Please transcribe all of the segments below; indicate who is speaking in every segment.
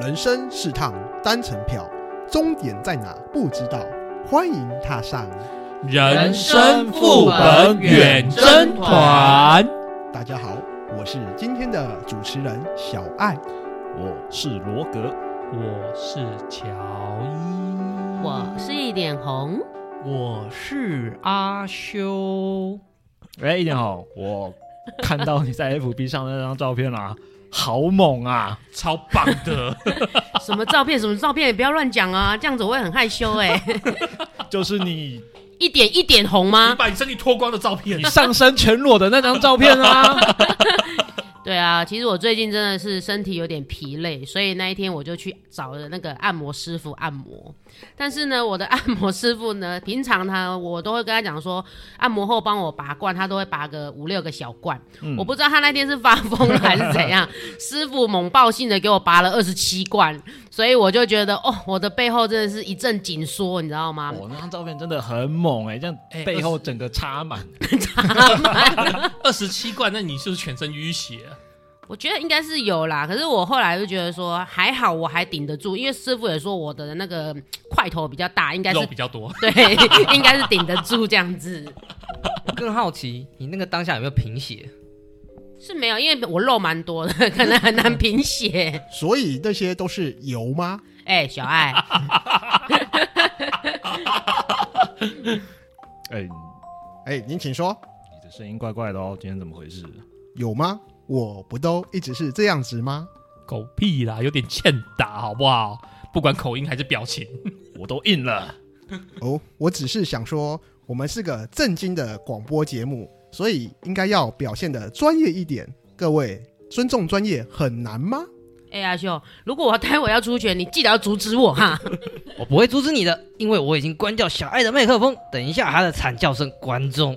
Speaker 1: 人生是趟单程票，终点在哪不知道，欢迎踏上。
Speaker 2: 人生副本远征团，
Speaker 1: 大家好，我是今天的主持人小爱。
Speaker 3: 我是罗格，
Speaker 2: 我是乔伊，
Speaker 4: 我是一点红，
Speaker 2: 我是阿修，
Speaker 3: 哎，一点好，我看到你 在 FB 上那张照片啦、好猛啊！
Speaker 2: 超棒的，
Speaker 4: 什么照片什么照片也不要乱讲啊， 这样子我会很害羞哎、
Speaker 3: 就是你
Speaker 4: 一点一点红
Speaker 2: 你
Speaker 4: 吗？
Speaker 2: 把你身体脱光的照片
Speaker 3: 你，上身全裸的那张照 片啊！
Speaker 4: 对啊，其实我最近真的是身体有点疲累，所以那一天我就去找了那个按摩师傅按摩。但是呢，我的按摩师傅呢， 平常他我都会跟他讲说，按摩后帮我拔罐，他都会拔个五六个小罐。
Speaker 3: 嗯
Speaker 4: 我不知道他那天是发疯了还是怎样， 师傅猛爆性的给我拔了二十七罐，所以我就觉得哦，我的背后真的是一阵紧缩，你知道吗？
Speaker 3: 我那张照片真的很猛哎、这样
Speaker 2: 哎
Speaker 3: 背后整个插满，
Speaker 2: 二十七罐，那你是不是全身淤血？
Speaker 4: 我觉得应该是有啦，可是我后来就觉得说还好，我还顶得住，因为师傅也说我的那个块头比较大，应该是
Speaker 2: 肉比较多，
Speaker 4: 对，应 该是顶得住这样子。
Speaker 5: 我更好奇，你那个当下有没有贫血？
Speaker 4: 是没有，因为我肉蛮多的，可能很难贫血。
Speaker 1: 所以那些都是油吗？
Speaker 4: 哎、小爱，
Speaker 3: 哎、你
Speaker 1: 哎，您请说，
Speaker 3: 你的声音怪怪的哦，今天怎么回事？
Speaker 1: 有吗？我不都一直是这样子吗？
Speaker 2: 狗屁啦，有点欠打，好不好？不管口音还是表情，
Speaker 3: 我都硬了，
Speaker 1: 哦，我只是想说，我们是个正经的广播节目，所以应该要表现的专业一点。各位，尊重专业很难吗？
Speaker 4: 哎、阿秀，如果我待会要出拳，你记得要阻止我哈。
Speaker 5: 我不会阻止你的，因为我已经关掉小爱的麦克风。等一下，她的惨叫声观众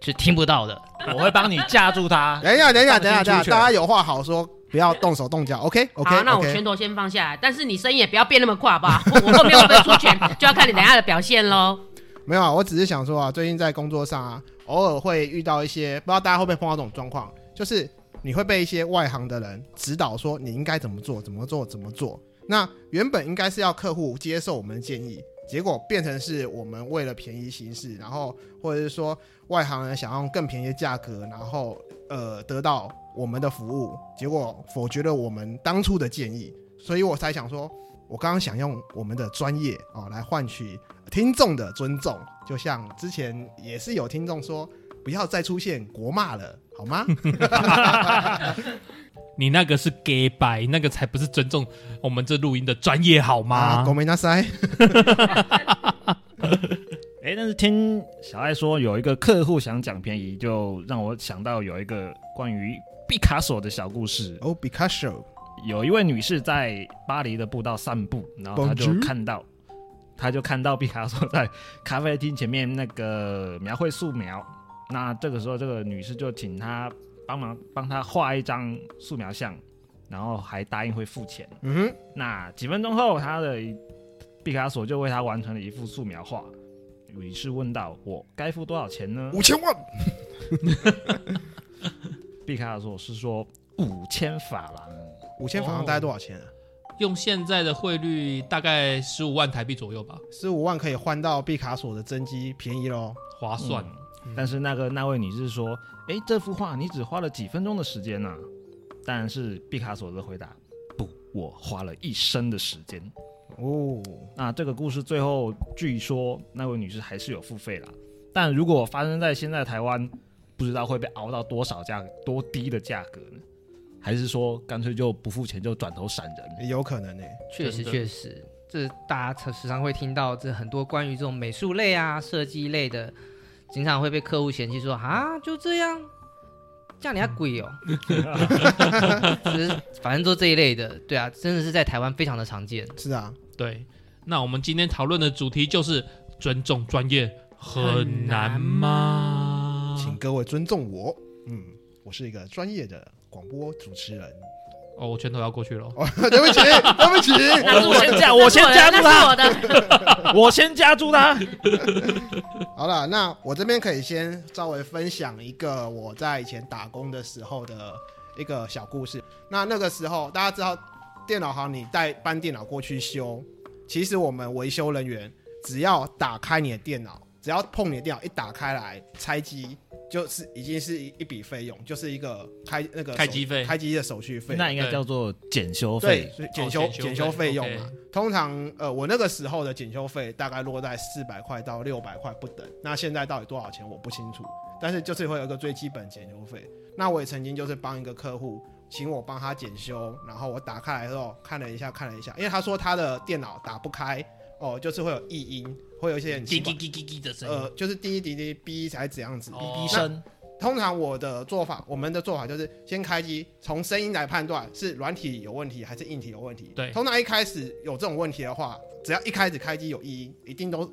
Speaker 5: 是听不到的。
Speaker 3: 我会帮你架住 他。
Speaker 4: 啊
Speaker 1: 等一下，等一下，
Speaker 3: 放心
Speaker 1: 等一下，等一
Speaker 3: 出
Speaker 1: 下，
Speaker 3: 拳
Speaker 1: 大家有话好说，不要动手动脚。OK，OK，、
Speaker 4: 好，那我拳头先放下来，但是你声音也不要变那么快，好不好？我后面会不会出拳，就要看你等一下的表现喽。
Speaker 1: 没有啊，我只是想说啊，最近在工作上啊，偶尔会遇到一些，不知道大家会不会碰到这种状况，就是你会被一些外行的人指导说你应该怎么做，怎么做，怎么做。那原本应该是要客户接受我们的建议，结果变成是我们为了便宜行事，然后或者是说外行人想用更便宜的价格，然后呃得到我们的服务，结果否决了我们当初的建议，所以我才想说，我刚刚想用我们的专业哦来换取听众的尊重，就像之前也是有听众说，不要再出现国骂了，好吗？
Speaker 2: 你那个是 gay 白，那个才不是尊重我们这录音的专业，好
Speaker 1: 啊，狗
Speaker 2: 吗？
Speaker 1: 没那塞，
Speaker 3: 哎、但是听小爱说有一个客户想讲便宜，就让我想到有一个关于毕卡索的小故事。
Speaker 1: 哦，比卡丘，
Speaker 3: 有一位女士在巴黎的步道散步，然后她就
Speaker 1: Bonjour
Speaker 3: 看到，她就看到毕卡索在咖啡厅前面那个描绘素描。那这个时候，这个女士就请他帮忙帮她画一张素描像，然后还答应会付钱。
Speaker 1: 嗯
Speaker 3: 那几分钟后，他的一毕卡索就为她完成了一幅素描画。女士问道：“我该付多少钱呢
Speaker 1: 哼，五千万，？”
Speaker 3: 毕卡索是说五千法郎。
Speaker 1: 五千房大概多少钱啊？
Speaker 2: 用现在的汇率大概十五万台币左右吧，
Speaker 1: 十五万可以换到毕卡索的真机，便宜喽。
Speaker 2: 划算。
Speaker 3: 嗯但是那个那位女士说：“诶，这幅画你只花了几分钟的时间呢、但是毕卡索的回答：“不，我花了一生的时间。
Speaker 1: 哦，”
Speaker 3: 那这个故事最后据说那位女士还是有付费啦，但如果发生在现在台湾，不知道会被熬到多少价多低的价格呢？还是说干脆就不付钱就转头闪 人？
Speaker 1: 有可能呢、
Speaker 5: 确实，
Speaker 2: 真的
Speaker 5: 确实，这大家时常会听到，这很多关于这种美术类啊、设计类的，经常会被客户嫌弃说啊，就这样，这样你还贵 哦。就是反正做这一类的，对啊，真的是在台湾非常的常见。
Speaker 1: 是啊，
Speaker 2: 对，那我们今天讨论的主题就是尊重专业很难吗？
Speaker 1: 请各位尊重我。嗯，我是一个专业的广播主持 人。
Speaker 2: 哦，我拳头要过去了。
Speaker 1: 哦，对不起，对不起，
Speaker 4: 那 是
Speaker 3: 我
Speaker 4: 的
Speaker 3: 先加我先加入
Speaker 4: 那是
Speaker 3: 他
Speaker 4: 我的，
Speaker 3: 我先加啊住他。
Speaker 1: 好了，那我这边可以先稍微分享一个我在以前打工的时候的一个小故事。那那个时候大家知道，电脑行你带搬电脑过去修，其实我们维修人员只要打开你的电脑，只要碰你的电脑一打开来拆机，就是已经是一一笔费用，就是一个开那个手
Speaker 2: 开机费
Speaker 1: 开机的手续费。
Speaker 3: 那应该叫做检修
Speaker 1: 对
Speaker 3: 费，，
Speaker 1: 所以检
Speaker 2: 哦
Speaker 1: 修
Speaker 2: 检修
Speaker 1: 检修
Speaker 2: 费
Speaker 1: 费用
Speaker 2: ，OK
Speaker 1: 嘛，通常呃，我那个时候的检修费大概落在四百块到六百块不等。那现在到底多少钱我不清楚，但是就是会有一个最基本检修费。那我也曾经就是帮一个客户，请我帮他检修，然后我打开来之后看了一下看了一下，因为他说他的电脑打不开，哦，就是会有异音，会有一些很奇
Speaker 2: 叽
Speaker 1: 怪
Speaker 2: 叽，叽叽叽的声音
Speaker 1: 呃，就是滴滴滴哔才这样子，
Speaker 2: 哦
Speaker 3: 逼声
Speaker 1: 通常我的做法，我们的做法就是先开机，从声音来判断是软体有问题还是硬体有问题。
Speaker 2: 对
Speaker 1: 通常一开始有这种问题的话，只要一开始开机有异音，一定都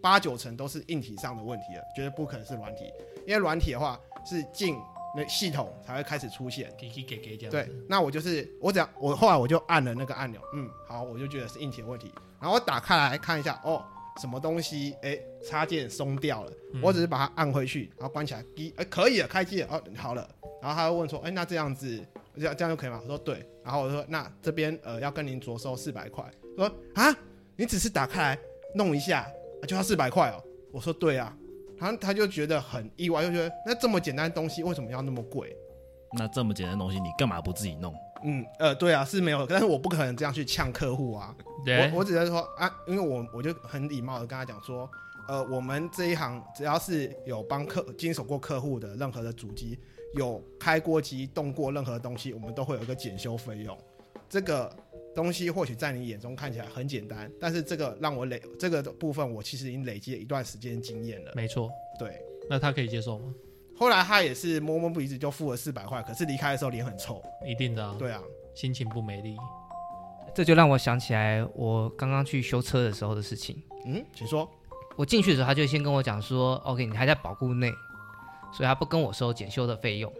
Speaker 1: 八九成都是硬体上的问题了，绝对不可能是软体，因为软体的话是进那系统才会开始出现。
Speaker 2: 叽叽给给这样
Speaker 1: 对
Speaker 2: 子。，
Speaker 1: 那我就是我只要我后来我就按了那个按钮，嗯，好，我就觉得是硬体的问题，然后我打开来看一下，哦，什么东西，哎、插件松掉了，
Speaker 2: 嗯
Speaker 1: 我只是把它按回去，然后关起来，滴，哎、可以了，开机了，哦，好了，然后他会问说，哎、那这样子，这样这样就可以吗？我说对，然后我说那这边呃要跟您着收四百块，我说啊，你只是打开来弄一下啊就要四百块哦，我说对啊。然后他就觉得很意外，就觉得那这么简单的东西为什么要那么贵？
Speaker 3: 那这么简单的东西，你干嘛不自己弄？
Speaker 1: 嗯，呃，对啊，是没有，但是我不可能这样去呛客户啊。
Speaker 2: 对
Speaker 1: 我我只是说啊，因为我我就很礼貌的跟他讲说，呃，我们这一行只要是有帮客经手过客户的任何的主机，有开过机、动过任何东西，我们都会有一个检修费用。这个东西或许在你眼中看起来很简单，但是这个让我累这个部分，我其实已经累积了一段时间经验了。
Speaker 2: 没错。
Speaker 1: 对，
Speaker 2: 那他可以接受吗？
Speaker 1: 后来他也是摸摸鼻子就付了四百块，可是离开的时候脸很臭。
Speaker 2: 一定的啊，
Speaker 1: 对啊，
Speaker 2: 心情不美丽。
Speaker 5: 这就让我想起来我刚刚去修车的时候的事情。
Speaker 1: 嗯，请说。
Speaker 5: 我进去的时候，他就先跟我讲说：“OK，你还在保固内，所以他不跟我收检修的费用。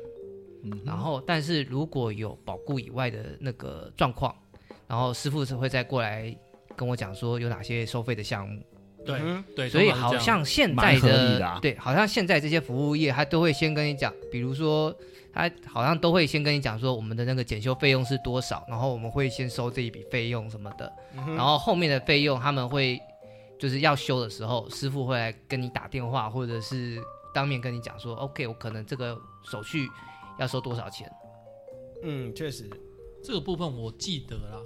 Speaker 3: 嗯
Speaker 5: 然后，但是如果有保固以外的那个状况，然后师傅是会再过来跟我讲说有哪些收费的项目。
Speaker 2: 对
Speaker 1: 嗯
Speaker 2: 对，
Speaker 5: 所以
Speaker 2: 通常是
Speaker 5: 好
Speaker 2: 这样
Speaker 5: 像现在
Speaker 3: 蛮合理的啊
Speaker 5: 对，好像现在这些服务业他都会先跟你讲，比如说他好像都会先跟你讲说我们的那个检修费用是多少，然后我们会先收这一笔费用什么的，
Speaker 1: 嗯哼
Speaker 5: 然后后面的费用他们会就是要修的时候，师傅会来跟你打电话，或者是当面跟你讲说，OK，我可能这个手续要收多少钱。
Speaker 1: 嗯，确实，
Speaker 2: 这个部分我记得啦，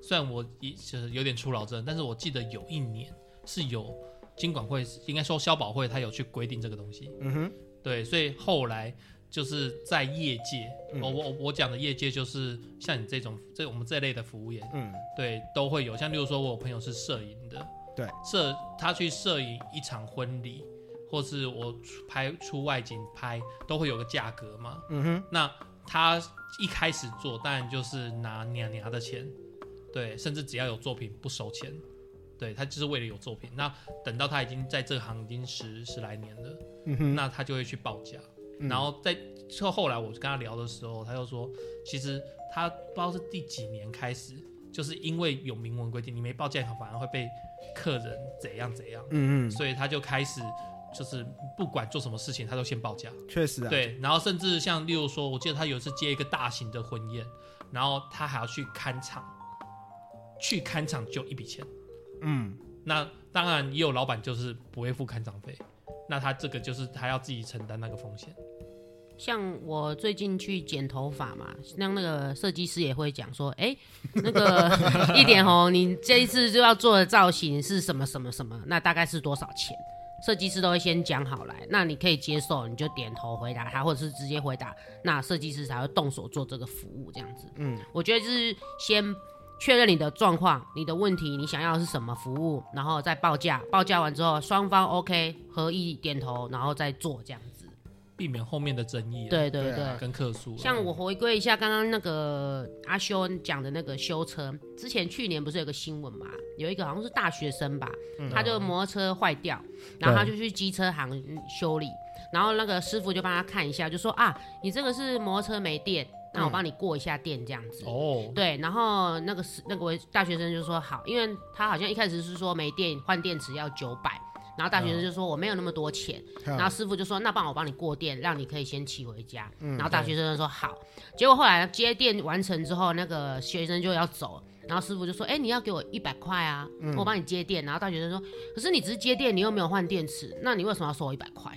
Speaker 2: 虽然我一就是有点初老症，但是我记得有一年是有金管会，应该说消保会，他有去规定这个东西。
Speaker 1: 嗯哼，
Speaker 2: 对，所以后来就是在业界，
Speaker 1: 嗯
Speaker 2: 我我我讲的业界就是像你这种这我们这类的服务业，
Speaker 1: 嗯，
Speaker 2: 对，都会有。像例如说，我有朋友是摄影的，
Speaker 1: 对，
Speaker 2: 摄他去摄影一场婚礼，或是我出拍出外景拍，都会有个价格嘛。
Speaker 1: 嗯哼，
Speaker 2: 那他一开始做，当然就是拿娘娘的钱，对，甚至只要有作品不收钱，对他就是为了有作品。那等到他已经在这行已经十十来年了，
Speaker 1: 嗯哼，
Speaker 2: 那他就会去报价。
Speaker 1: 嗯
Speaker 2: 然后在后后来我跟他聊的时候，他就说，其实他不知道是第几年开始，就是因为有明文规定，你没报价反而会被客人怎样怎样，
Speaker 1: 嗯嗯，
Speaker 2: 所以他就开始就是不管做什么事情，他都先报价。
Speaker 1: 确实啊，，
Speaker 2: 对，然后甚至像例如说，我记得他有一次接一个大型的婚宴，然后他还要去看场，去看场就一笔钱。
Speaker 1: 嗯，
Speaker 2: 那当然也有老板就是不会付看场费，那他这个就是他要自己承担那个风险。
Speaker 4: 像我最近去剪头发嘛，像那个设计师也会讲说，哎、那个一点红，你这一次就要做的造型是什么什么什么，那大概是多少钱？设计师都会先讲好来，那你可以接受，你就点头回答他，或者是直接回答，那设计师才会动手做这个服务这样子。
Speaker 1: 嗯，
Speaker 4: 我觉得就是先确认你的状况、你的问题、你想要的是什么服务，然后再报价，报价完之后双方 OK 合意点头，然后再做这样子。
Speaker 2: 避免后面的争议、啊，
Speaker 4: 对对
Speaker 1: 对
Speaker 4: 对。
Speaker 1: 啊
Speaker 2: 跟客诉、啊。
Speaker 4: 像我回归一下刚刚那个阿修讲的那个修车，之前去年不是有个新闻嘛？有一个好像是大学生吧，他就摩托车坏掉，然后他就去机车行修理，然后那个师傅就帮他看一下，就说啊，你这个是摩托车没电，那我帮你过一下电这样子。
Speaker 2: 哦，
Speaker 4: 对，然后那个是那个大学生就说好，因为他好像一开始是说没电换电池要九百，然后大学生就说我没有那么多钱，然后
Speaker 1: 嗯
Speaker 4: 师傅就说那帮我帮你过电，让你可以先骑回家。
Speaker 1: 嗯
Speaker 4: 然后大学生就说好，结果后来接电完成之后，那个学生就要走。然后师傅就说：“哎、你要给我一百块啊，
Speaker 1: 嗯
Speaker 4: 我帮你接电。”然后大学生说：“可是你只是接电，你又没有换电池，那你为什么要收我一百块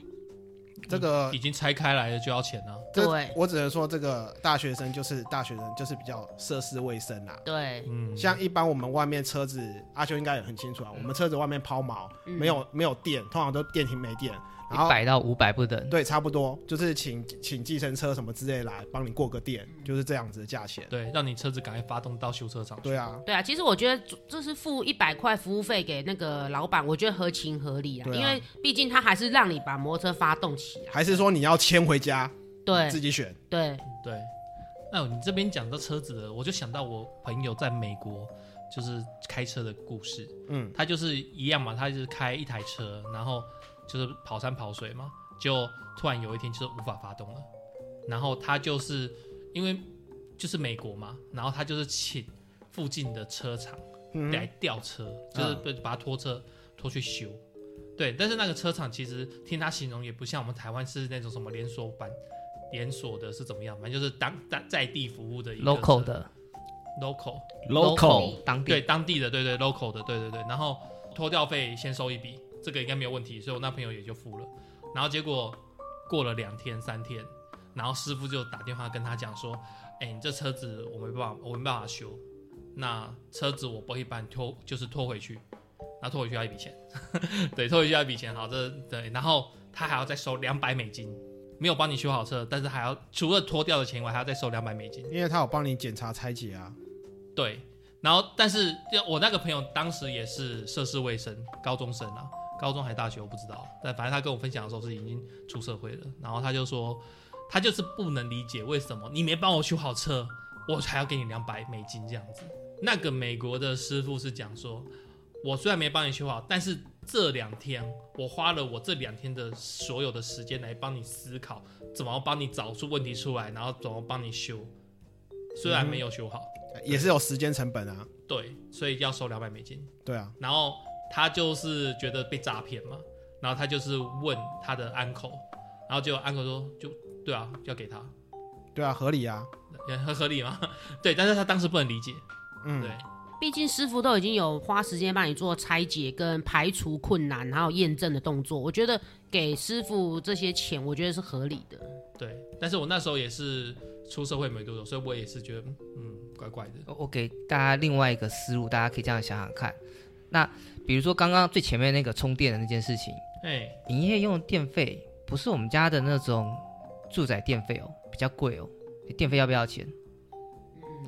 Speaker 1: 这个
Speaker 2: 已经拆开来了就要钱了、啊
Speaker 1: 这
Speaker 4: 对
Speaker 1: 我只能说这个大学生就是大学生就是比较涉世未深啦。？”
Speaker 4: 对，
Speaker 2: 嗯，
Speaker 1: 啊像一般我们外面车子，阿修应该也很清楚啊。我们车子外面抛锚，
Speaker 4: 嗯
Speaker 1: 没有没有电，通常都电瓶没电，然
Speaker 5: 一
Speaker 1: 后
Speaker 5: 百到五百不等。
Speaker 1: 对，差不多就是请请计程车什么之类来帮你过个电，就是这样子的价钱。
Speaker 2: 对，让你车子赶快发动到修车厂去。
Speaker 1: 对啊，
Speaker 4: 对啊，其实我觉得这这是付一百块服务费给那个老板，我觉得合情合理啊，
Speaker 1: 对啊
Speaker 4: 因为毕竟他还是让你把摩托车发动起来。
Speaker 1: 还是说你要牵回家，
Speaker 4: 对
Speaker 1: 自己选。
Speaker 4: 对，
Speaker 2: 对，那你这边讲到车子的，我就想到我朋友在美国就是开车的故事。
Speaker 1: 嗯，
Speaker 2: 他就是一样嘛，他就是开一台车，然后就是跑山跑水嘛，就突然有一天就是无法发动了，然后他就是因为就是美国嘛，然后他就是请附近的车厂
Speaker 1: 嗯
Speaker 2: 来吊车，就是被把它拖车拖去修。对，但是那个车厂其实听他形容也不像我们台湾是那种什么连锁版连锁的是怎么样，反正就是当当在地服务的一个
Speaker 5: local
Speaker 2: 车
Speaker 5: 的
Speaker 2: local，
Speaker 3: local
Speaker 5: 当
Speaker 2: 对
Speaker 5: 地
Speaker 2: 当地的，对对 local 的，对对对。然后拖吊费先收一笔，这个应该没有问题，所以我那朋友也就付了。然后结果过了两天三天，然后师傅就打电话跟他讲说：“哎、你这车子我没办法，我没办法修，那车子我不会帮你拖，就是拖回去， 然后拖回去要一笔钱，对，拖回去要一笔钱。好，这对，然后他还要再收两百美金。”没有帮你修好车，但是还要除了拖掉的钱以外，还要再收两百美金。
Speaker 1: 因为他有帮你检查拆解啊。
Speaker 2: 对，然后但是就我那个朋友当时也是涉世未深，高中生啊，高中还大学我不知道，但反正他跟我分享的时候是已经出社会了，然后他就说他就是不能理解为什么你没帮我修好车，我还要给你两百美金这样子。那个美国的师傅是讲说，我虽然没帮你修好，但是这两天我花了我这两天的所有的时间来帮你思考，怎么帮你找出问题出来，然后怎么帮你修，虽然没有修好。
Speaker 1: 也是有时间成本啊。
Speaker 2: 对，所以要收两百美金。
Speaker 1: 对啊，
Speaker 2: 然后他就是觉得被诈骗嘛，然后他就是问他的 uncle，然后结果 uncle 说就对啊，要给他，
Speaker 1: 对啊，合理啊。
Speaker 2: 也很合理嘛。 对，但是他当时不能理解，
Speaker 1: 嗯，
Speaker 2: 对，
Speaker 4: 毕竟师傅都已经有花时间帮你做拆解跟排除困难，还有验证的动作，我觉得给师傅这些钱，我觉得是合理的。
Speaker 2: 对。但是我那时候也是出社会没多久，所以我也是觉得嗯嗯怪怪的。
Speaker 5: 我我给大家另外一个思路，大家可以这样想想看。那比如说刚刚最前面那个充电的那件事情，
Speaker 2: 哎，
Speaker 5: 营业用的电费不是我们家的那种住宅电费哦，比较贵哦。你电费要不要钱？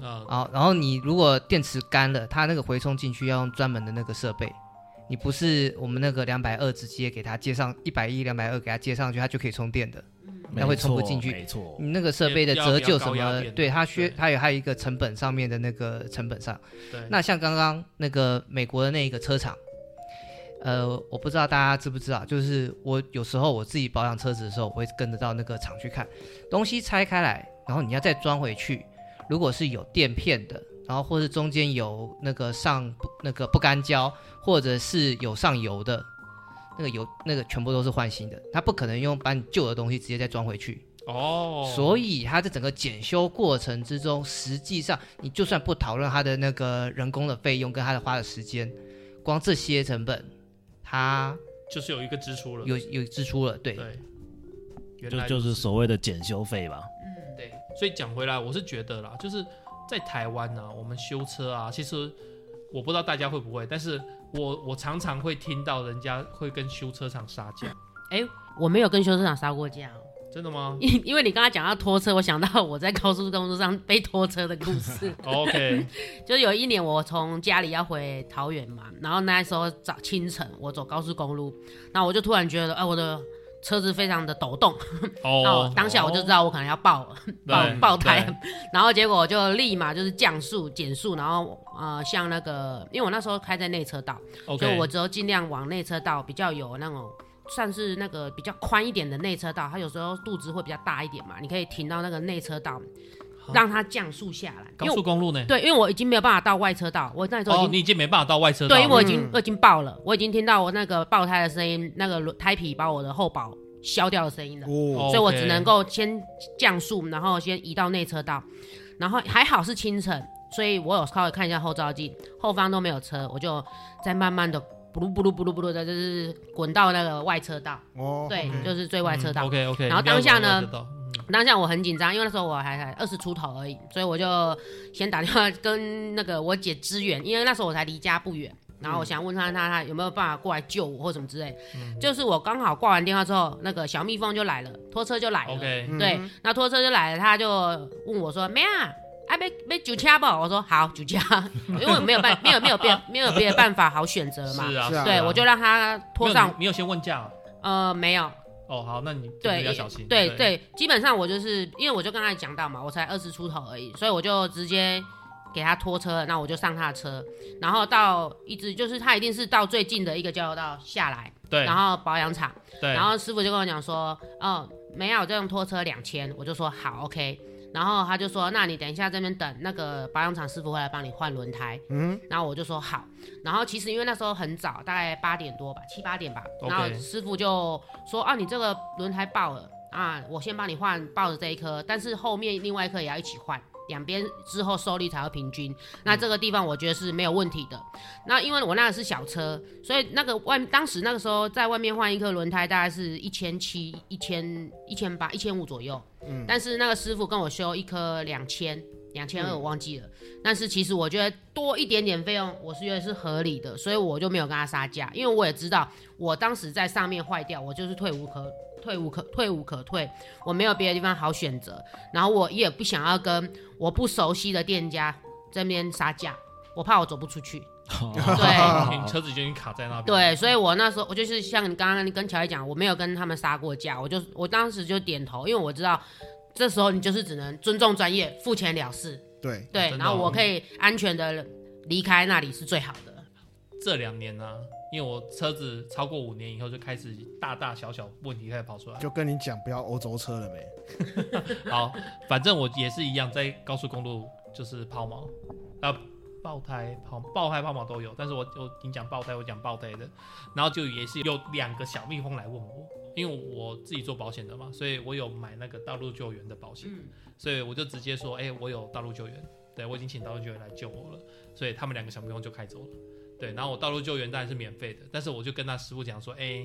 Speaker 2: 呃，
Speaker 5: 啊，然后你如果电池干了，它那个回充进去要用专门的那个设备，你不是我们那个两百二直接给它接上一百一、两百二给它接上去，它就可以充电的。那会充不进去
Speaker 3: 没错，
Speaker 5: 你那个设备的折旧什
Speaker 2: 也比较高压
Speaker 5: 么
Speaker 2: 电，
Speaker 5: 对它需
Speaker 2: 对
Speaker 5: 它有还有一个成本上面的那个成本上。
Speaker 2: 对，
Speaker 5: 那像刚刚那个美国的那个车厂，呃，我不知道大家知不知道，就是我有时候我自己保养车子的时候，我会跟着到那个厂去看，东西拆开来，然后你要再装回去，如果是有垫片的，然后或是中间有那个上不那个不干胶，或者是有上油的。那个油，那个全部都是换新的，它不可能用把你旧的东西直接再装回去。
Speaker 2: 哦，
Speaker 5: 所以它在整个检修过程之中，实际上你就算不讨论它的那个人工的费用跟它的花的时间，光这些成本，它
Speaker 2: 就是有一个支出了，
Speaker 5: 有有支出了。对，
Speaker 2: 对，原
Speaker 3: 就
Speaker 2: 来
Speaker 3: 就是所谓的检修费吧。
Speaker 2: 所以讲回来，我是觉得啦，就是在台湾呢、我们修车啊，其实我不知道大家会不会，但是我我常常会听到人家会跟修车厂杀价，
Speaker 4: 我没有跟修车厂杀过价哦、
Speaker 2: 真的 吗
Speaker 4: 因因为你刚才讲到拖车，我想到我在高速公路上被拖车的故事。
Speaker 2: 哦？OK，
Speaker 4: 就是有一年我从家里要回桃园嘛，然后那时候早清晨我走高速公路，然后我就突然觉得，哎、我的车子非常的抖动，那我
Speaker 2: 哦，
Speaker 4: 当下我就知道我可能要爆了，爆
Speaker 2: 对
Speaker 4: 爆胎， 然后结果我就立马就是降速减速，然后呃像那个，因为我那时候开在内车道，
Speaker 2: 对
Speaker 4: 所以
Speaker 2: ，OK，
Speaker 4: 我只有尽量往内车道比较有那种。算是那个比较宽一点的内车道，它有时候肚子会比较大一点嘛，你可以停到那个内车道，让它降速下来，
Speaker 2: 高
Speaker 4: 因为
Speaker 2: 速
Speaker 4: 我
Speaker 2: 公路呢？
Speaker 4: 对，因为我已经没有办法到外车道，我那时候已，
Speaker 2: 哦你
Speaker 4: 经。
Speaker 2: 已经没办法到外车道
Speaker 4: 对，因为
Speaker 2: 了。
Speaker 4: 我已经、
Speaker 1: 嗯
Speaker 4: 我已经爆了，我已经听到我那个爆胎的声音，那个轮胎皮把我的后保削掉的声音了。
Speaker 1: 哦，
Speaker 4: 所以我
Speaker 2: OK
Speaker 4: 只能够先降速，然后先移到内车道，然后还好是清晨，所以我有稍微看一下后照镜，后方都没有车，我就再慢慢的布噜布噜布噜布噜的，就是滚到那个外车道，
Speaker 1: 哦，
Speaker 4: 对
Speaker 1: OK，
Speaker 4: 就是最外车道。
Speaker 2: 嗯 OK OK。
Speaker 4: 然后当下呢
Speaker 2: 你不要走外车道？
Speaker 4: 当下我很紧张，因为那时候我还才二十出头而已，所以我就先打电话跟那个我姐支援，因为那时候我才离家不远。然
Speaker 1: 嗯
Speaker 4: 后我想问她，她她有没有办法过来救我或什么之类。
Speaker 2: 嗯
Speaker 4: 就是我刚好挂完电话之后，那个小蜜蜂就来了，拖车就来了。
Speaker 2: OK
Speaker 1: 嗯
Speaker 4: 对，那拖车就来了，他就问我说：“妹啊，啊，被被酒驾不？”我说：“好，酒驾， 因为我没有办，没有没有别没有别的办法好选择嘛。
Speaker 2: 是啊，
Speaker 1: 是啊
Speaker 4: 对，我就让他拖
Speaker 2: 没有
Speaker 4: 上
Speaker 2: 你，，你有先问价哦
Speaker 4: 呃，没有，
Speaker 2: 哦，好，那你就是
Speaker 4: 对，
Speaker 2: 要小心。
Speaker 4: 对
Speaker 2: 对，
Speaker 4: 对，基本上我就是因为我就刚才讲到嘛，我才二十出头而已，所以我就直接给他拖车，那我就上他的车，然后到一直就是他一定是到最近的一个交流道下来，
Speaker 2: 对
Speaker 4: 然后保养厂。
Speaker 2: 对
Speaker 4: 然后师傅就跟我讲说，哦，没有，这样拖车两千，我就说好，OK。然后他就说，那你等一下这边等那个保养厂师傅会来帮你换轮胎。嗯，然后我就说好。然后其实因为那时候很早，大概八点多吧，七八点吧。
Speaker 2: OK
Speaker 4: 然后师傅就说，啊，你这个轮胎爆了啊，我先帮你换爆的这一颗，但是后面另外一颗也要一起换。两边之后收率才会平均，
Speaker 2: 嗯
Speaker 4: 那这个地方我觉得是没有问题的。那因为我那个是小车，所以那个外当时那个时候在外面换一颗轮胎大概是一千七、一千、一千八、一千五左右。嗯，但是那个师傅跟我修一颗两千、两千二，我忘记了。但是其实我觉得多一点点费用，我是觉得是合理的，所以我就没有跟他杀价，因为我也知道我当时在上面坏掉，我就是退无可退无可退无可退，我没有别的地方好选择，然后我也不想要跟我不熟悉的店家这边杀价，我怕我走不出去。对
Speaker 2: 你车子就已经卡在那边。
Speaker 4: 对，所以我那时候我就是像你刚刚跟乔伊讲，我没有跟他们杀过价，我就我当时就点头，因为我知道这时候你就是只能尊重专业，付钱了事，
Speaker 1: 对，
Speaker 4: 对，
Speaker 2: 真的
Speaker 4: 然后
Speaker 2: 哦
Speaker 4: 我可以安全的离开那里是最好的。
Speaker 2: 这两年呢、因为我车子超过五年以后就开始大大小小问题开始跑出来。
Speaker 1: 就跟你讲不要欧洲车了没？
Speaker 2: 好，反正我也是一样，在高速公路就是抛锚，啊，爆胎抛爆胎抛锚都有，但是我我你讲爆胎，我讲爆胎的，然后就也是有两个小蜜蜂来问我，因为我自己做保险的嘛，所以我有买那个道路救援的保险，
Speaker 4: 嗯
Speaker 2: 所以我就直接说，哎、我有道路救援，对我已经请道路救援来救我了，所以他们两个小蜜蜂就开走了。对，然后我道路救援当然是免费的，但是我就跟他师傅讲说，哎、